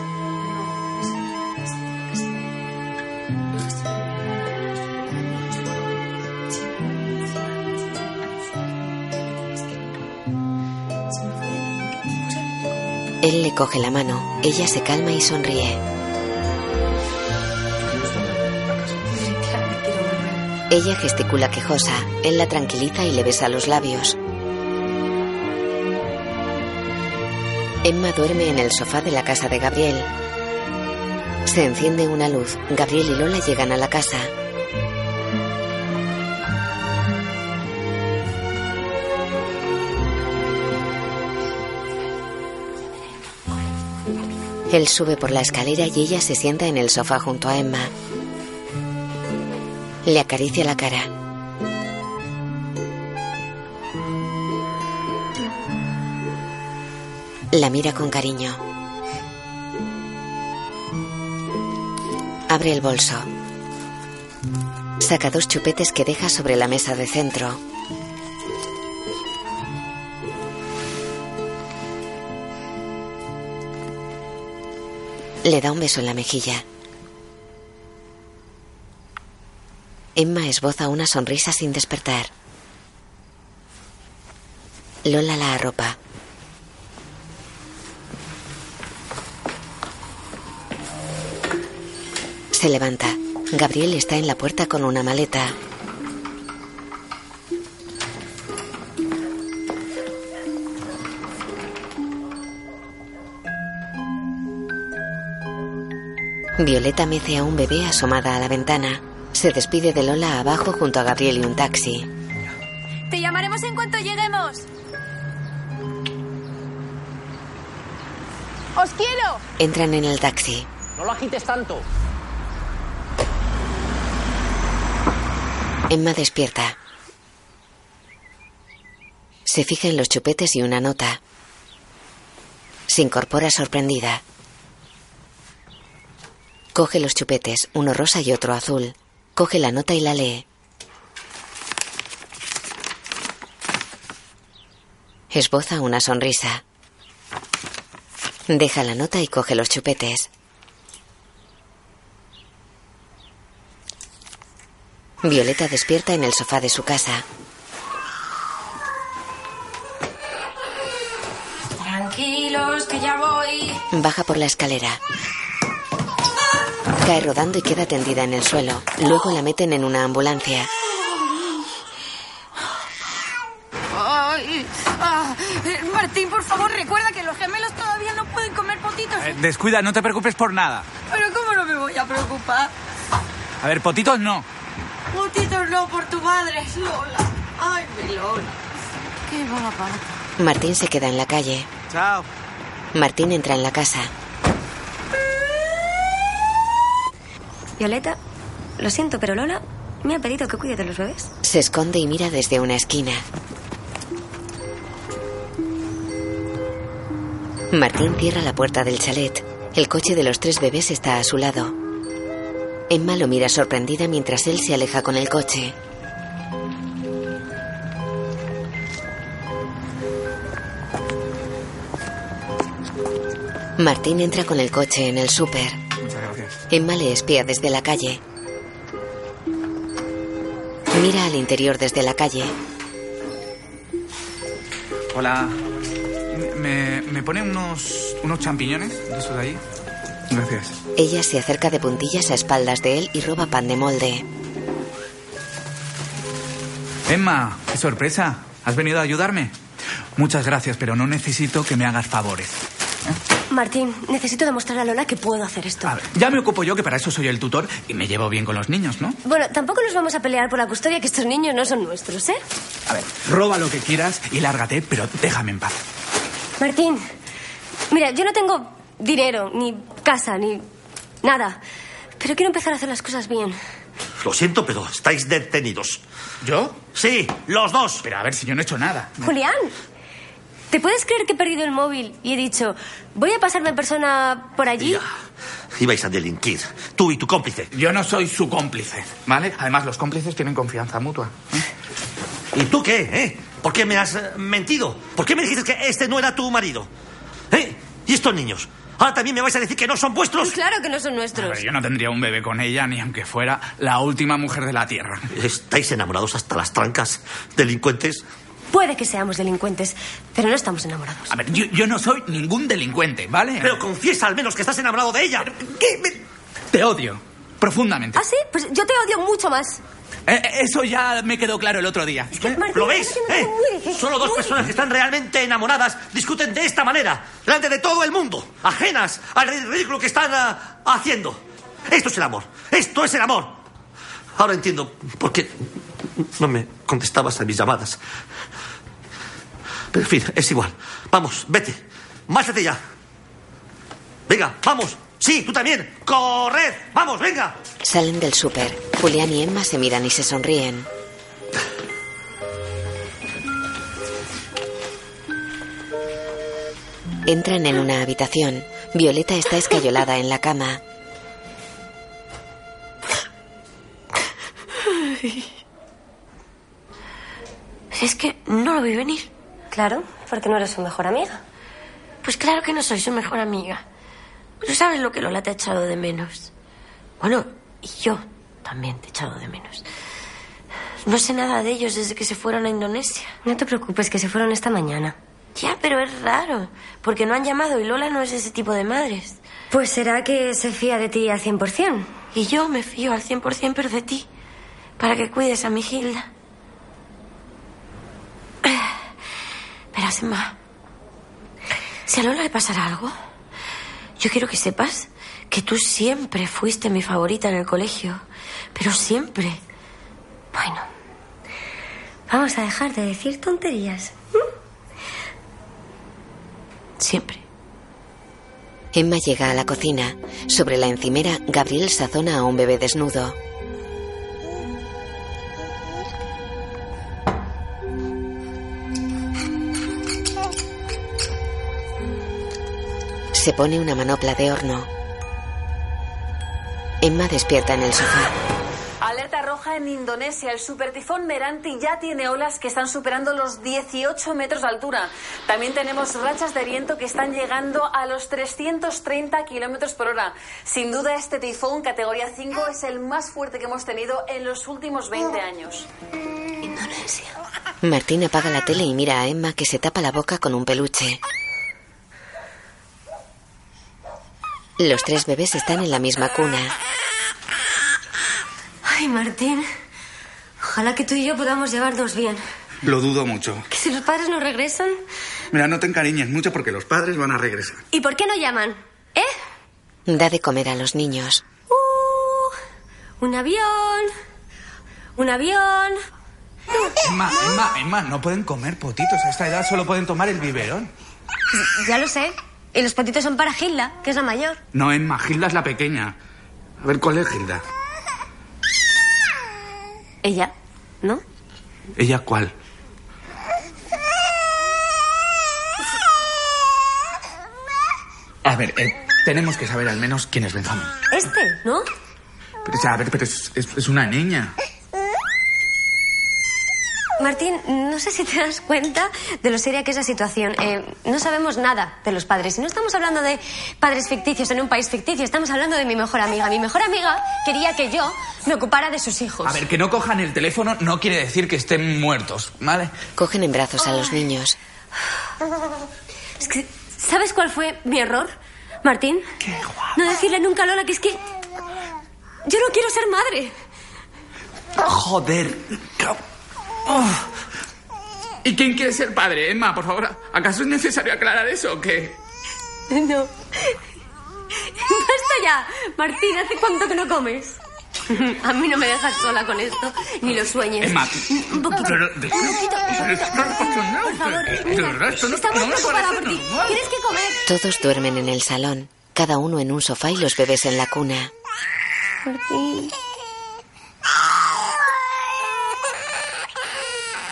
Él le coge la mano, ella se calma y sonríe. Claro, quiero Ella gesticula quejosa, él la tranquiliza y le besa los labios. Emma duerme en el sofá de la casa de Gabriel. Se enciende una luz. Gabriel y Lola llegan a la casa. Él sube por la escalera y ella se sienta en el sofá junto a Emma. Le acaricia la cara. La mira con cariño. Abre el bolso. Saca dos chupetes que deja sobre la mesa de centro. Le da un beso en la mejilla. Emma esboza una sonrisa sin despertar. Lola la arropa. Se levanta. Gabriel está en la puerta con una maleta. Violeta mece a un bebé asomada a la ventana. Se despide de Lola abajo junto a Gabriel y un taxi. Te llamaremos en cuanto lleguemos. ¡Os quiero! Entran en el taxi. No lo agites tanto. Emma despierta. Se fija en los chupetes y una nota. Se incorpora sorprendida. Coge los chupetes, uno rosa y otro azul. Coge la nota y la lee. Esboza una sonrisa. Deja la nota y coge los chupetes. Violeta despierta en el sofá de su casa. Tranquilos, que ya voy. Baja por la escalera. Cae rodando y queda tendida en el suelo. Luego la meten en una ambulancia. Ay, ah, eh, Martín, por favor, recuerda que los gemelos todavía no pueden comer potitos. Eh, descuida, no te preocupes por nada. Pero ¿cómo no me voy a preocupar? A ver, potitos no. Potitos no por tu madre, Lola. Ay, mi Lola. Qué mala pata. Martín se queda en la calle. Chao. Martín entra en la casa. Violeta, lo siento, pero Lola me ha pedido que cuide de los bebés. Se esconde y mira desde una esquina. Martín cierra la puerta del chalet. El coche de los tres bebés está a su lado. Emma lo mira sorprendida mientras él se aleja con el coche. Martín entra con el coche en el súper. Muchas gracias. Emma le espía desde la calle. Mira al interior desde la calle. Hola. ¿Me, me pone unos, unos champiñones de esos de ahí? Gracias. Ella se acerca de puntillas a espaldas de él y roba pan de molde. Emma, qué sorpresa. ¿Has venido a ayudarme? Muchas gracias, pero no necesito que me hagas favores. Martín, necesito demostrar a Lola que puedo hacer esto. Ya me ocupo yo, que para eso soy el tutor y me llevo bien con los niños, ¿no? Bueno, tampoco nos vamos a pelear por la custodia, que estos niños no son nuestros, ¿eh? A ver, roba lo que quieras y lárgate, pero déjame en paz. Martín, mira, yo no tengo dinero, ni casa, ni nada. Pero quiero empezar a hacer las cosas bien. Lo siento, pero estáis detenidos. ¿Yo? Sí, los dos. Pero a ver si yo no he hecho nada. Julián, ¿te puedes creer que he perdido el móvil y he dicho, voy a pasarme en persona por allí? Ibais a delinquir, tú y tu cómplice. Yo no soy su cómplice, ¿vale? Además, los cómplices tienen confianza mutua. ¿Y tú qué, eh? ¿Por qué me has eh, mentido? ¿Por qué me dijiste que este no era tu marido? ¿Eh? ¿Y estos niños? ¿Ahora también me vais a decir que no son vuestros? Claro que no son A nuestros. ver, yo no tendría un bebé con ella, ni aunque fuera la última mujer de la Tierra. Estáis enamorados hasta las trancas, delincuentes. Puede que seamos delincuentes, pero no estamos enamorados. A ver, yo, yo no soy ningún delincuente, ¿vale? Pero confiesa al menos que estás enamorado de ella. Te odio, profundamente. ¿Ah, sí? Pues yo te odio mucho más. Eh, eso ya me quedó claro el otro día. ¿Eh? ¿Lo veis? ¿Eh? Solo dos personas que están realmente enamoradas discuten de esta manera, delante de todo el mundo, ajenas al ridículo que están ah, haciendo. Esto es el amor. Esto es el amor. Ahora entiendo por qué no me contestabas a mis llamadas. Pero en fin, es igual. Vamos, vete. Márchate ya. Venga, vamos. Sí, tú también. Corred. Vamos, venga. Salen del súper. Julián y Emma se miran y se sonríen. Entran en una habitación. Violeta está escayolada en la cama. Es que no lo vi venir. Claro, porque no eres su mejor amiga. Pues claro que no soy su mejor amiga. Tú sabes lo que Lola te ha echado de menos. Bueno, y yo también te he echado de menos. No sé nada de ellos desde que se fueron a Indonesia. No te preocupes, que se fueron esta mañana. Ya, pero es raro, porque no han llamado y Lola no es ese tipo de madres. Pues será que se fía de ti al 100%. Y yo me fío al 100% pero de ti, para que cuides a mi Gilda. Verás, Emma, si a Lola le pasara algo, yo quiero que sepas que tú siempre fuiste mi favorita en el colegio, pero siempre. Bueno, vamos a dejar de decir tonterías. Siempre. Emma llega a la cocina. Sobre la encimera, Gabriel sazona a un bebé desnudo. Se pone una manopla de horno. Emma despierta en el sofá. Alerta roja en Indonesia. El supertifón Meranti ya tiene olas que están superando los 18 metros de altura. También tenemos rachas de viento que están llegando a los 330 kilómetros por hora. Sin duda, este tifón categoría 5 es el más fuerte que hemos tenido en los últimos 20 años. Indonesia. Martín apaga la tele y mira a Emma que se tapa la boca con un peluche. Los tres bebés están en la misma cuna. Ay, Martín. Ojalá que tú y yo podamos llevarnos bien. Lo dudo mucho. ¿Que si los padres no regresan? Mira, no te encariñes mucho porque los padres van a regresar. ¿Y por qué no llaman? ¿Eh? Da de comer a los niños. Uh, un avión. Un avión. Emma, Emma, Emma, no pueden comer potitos. A esta edad solo pueden tomar el biberón. Ya lo sé. Y los potitos son para Gilda, que es la mayor. No, Emma, Gilda es la pequeña. A ver, ¿cuál es Gilda? Ella, ¿no? ¿Ella cuál? A ver, eh, tenemos que saber al menos quién es Benjamín. Este, ¿no? Pero, o sea, a ver, pero es, es- es una niña. Martín, no sé si te das cuenta de lo seria que es la situación. Eh, no sabemos nada de los padres. Y no estamos hablando de padres ficticios en un país ficticio. Estamos hablando de mi mejor amiga. Mi mejor amiga quería que yo me ocupara de sus hijos. A ver, que no cojan el teléfono no quiere decir que estén muertos, ¿vale? Cogen en brazos a los niños. Es que, ¿Sabes cuál fue mi error, Martín? No decirle nunca a Lola que es que... Yo no quiero ser madre. Joder. Uf. ¿Y quién quiere ser padre, Emma? Por favor, ¿acaso es necesario aclarar eso o qué? <laughs> No. Basta ya. Martín, ¿hace cuánto que no comes? <laughs> A mí no me dejas sola con esto, ni lo sueñes. Emma, Un poquito. pero- Un poquito. pero esto no es racional, Por favor, pero- mira, pero esto no- está muy no me preocupada parece por ti. Tienes que comer. Todos duermen en el salón, cada uno en un sofá y los bebés en la cuna. Martín.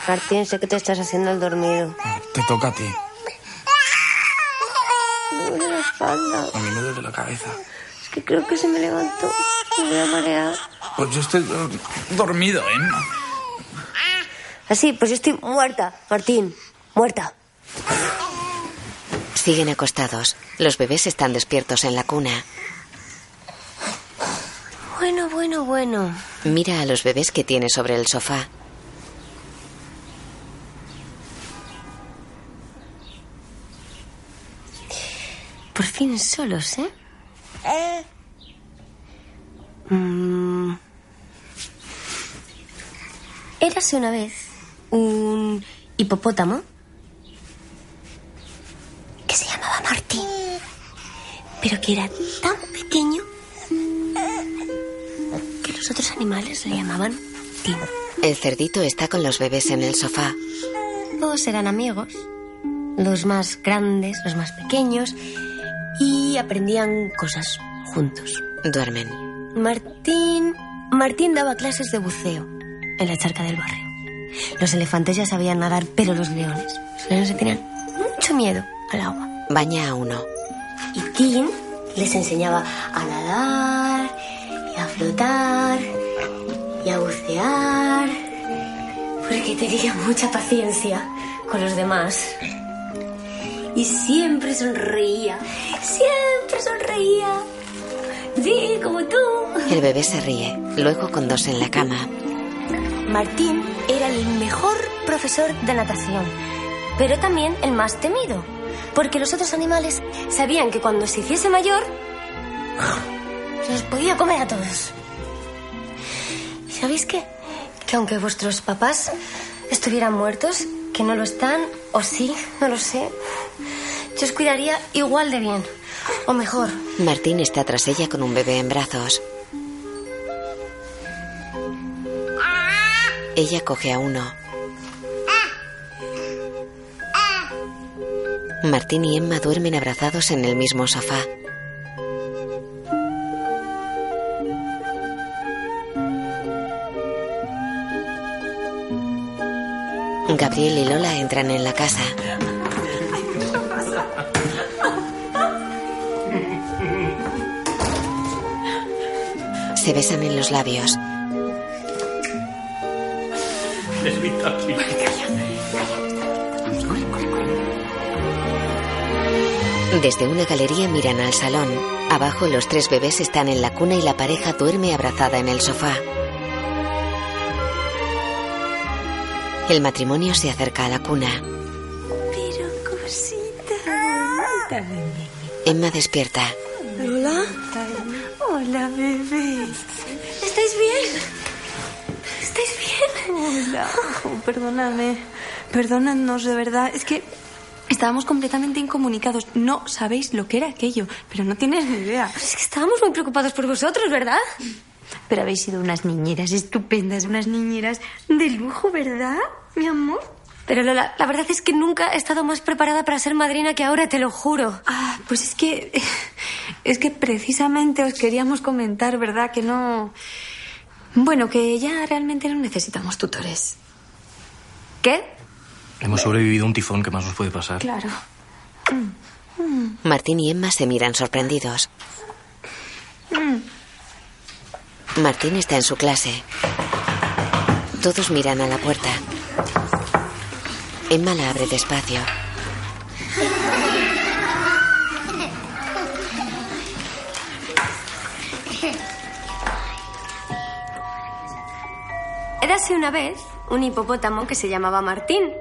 Martín, sé que te estás haciendo el dormido. Te toca a ti. Me duele la espalda. A mí me duele la cabeza. Es que creo que se me levantó. Me voy a marear. Pues yo estoy eh, dormido, Emma. Así, pues yo estoy muerta, Martín. Muerta. Siguen acostados. Los bebés están despiertos en la cuna. Bueno, bueno, bueno. Mira a los bebés que tiene sobre el sofá. Por fin solos, ¿eh? Eh. <laughs> Mm. Érase una vez un hipopótamo que se llamaba Martín, pero que era tan pequeño que los otros animales le llamaban El cerdito está con los bebés en el sofá. Todos eran amigos, los más grandes, los más pequeños, y aprendían cosas juntos. Duermen. Martín. Martín daba clases de buceo en la charca del barrio. Los elefantes ya sabían nadar, pero los leones. Los leones se tenían mucho miedo al agua. Baña a uno. Y Tim les enseñaba a nadar, y a flotar, y a bucear. Porque tenía mucha paciencia con los demás. Y siempre sonreía. Siempre sonreía. Sí, como tú. El bebé se ríe, luego con dos en la cama. Martín era el mejor profesor de natación, pero también el más temido, porque los otros animales sabían que cuando se hiciese mayor, se los podía comer a todos. ¿Y sabéis qué? Que aunque vuestros papás estuvieran muertos, que no lo están, o sí, no lo sé, yo os cuidaría igual de bien, o mejor. Martín está tras ella con un bebé en brazos. Ella coge a uno. Martín y Emma duermen abrazados en el mismo sofá. Gabriel y Lola entran en la casa. Se besan en los labios. Desde una galería miran al salón. Abajo los tres bebés están en la cuna y la pareja duerme abrazada en el sofá. El matrimonio se acerca a la cuna. Pero cosita. Emma despierta. Hola. Hola, bebé. ¿Estáis bien? ¿Estáis bien? Hola. Oh, perdóname. Perdónadnos, de verdad. Es que estábamos completamente incomunicados. No sabéis lo que era aquello, pero no tienes ni idea. Es que estábamos muy preocupados por vosotros, ¿verdad? Pero habéis sido unas niñeras estupendas, unas niñeras de lujo, ¿verdad, mi amor? Pero Lola, la verdad es que nunca he estado más preparada para ser madrina que ahora, te lo juro. Ah, pues es que. Es que precisamente os queríamos comentar, ¿verdad? Que no. Bueno, que ya realmente no necesitamos tutores. ¿Qué? Hemos sobrevivido a un tifón que más nos puede pasar. Claro. Martín y Emma se miran sorprendidos. Martín está en su clase. Todos miran a la puerta. Emma la abre despacio. Érase una vez un hipopótamo que se llamaba Martín,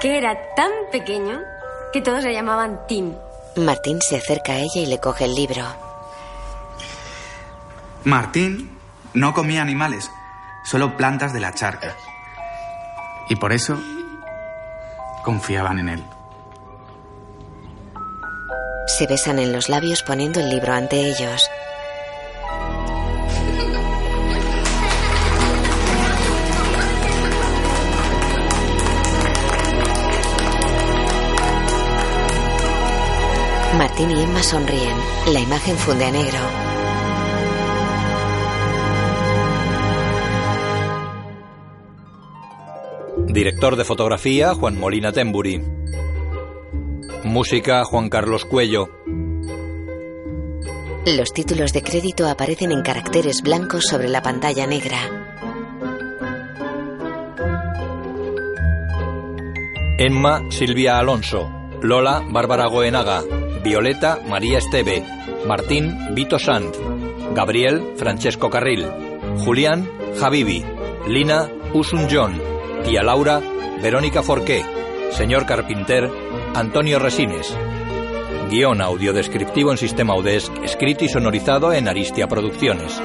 que era tan pequeño que todos le llamaban Tim. Martín se acerca a ella y le coge el libro. Martín no comía animales, solo plantas de la charca. Y por eso confiaban en él. Se besan en los labios poniendo el libro ante ellos. Martín y Emma sonríen. La imagen funde a negro. Director de fotografía, Juan Molina Temburi. Música, Juan Carlos Cuello. Los títulos de crédito aparecen en caracteres blancos sobre la pantalla negra. Emma, Silvia Alonso. Lola, Bárbara Goenaga. Violeta, María Esteve. Martín, Vito Sanz. Gabriel, Francesco Carril. Julián, Javibi. Lina, Usun John. Tía Laura, Verónica Forqué. Señor Carpinter, Antonio Resines. Guión audiodescriptivo en sistema UDESC, escrito y sonorizado en Aristia Producciones.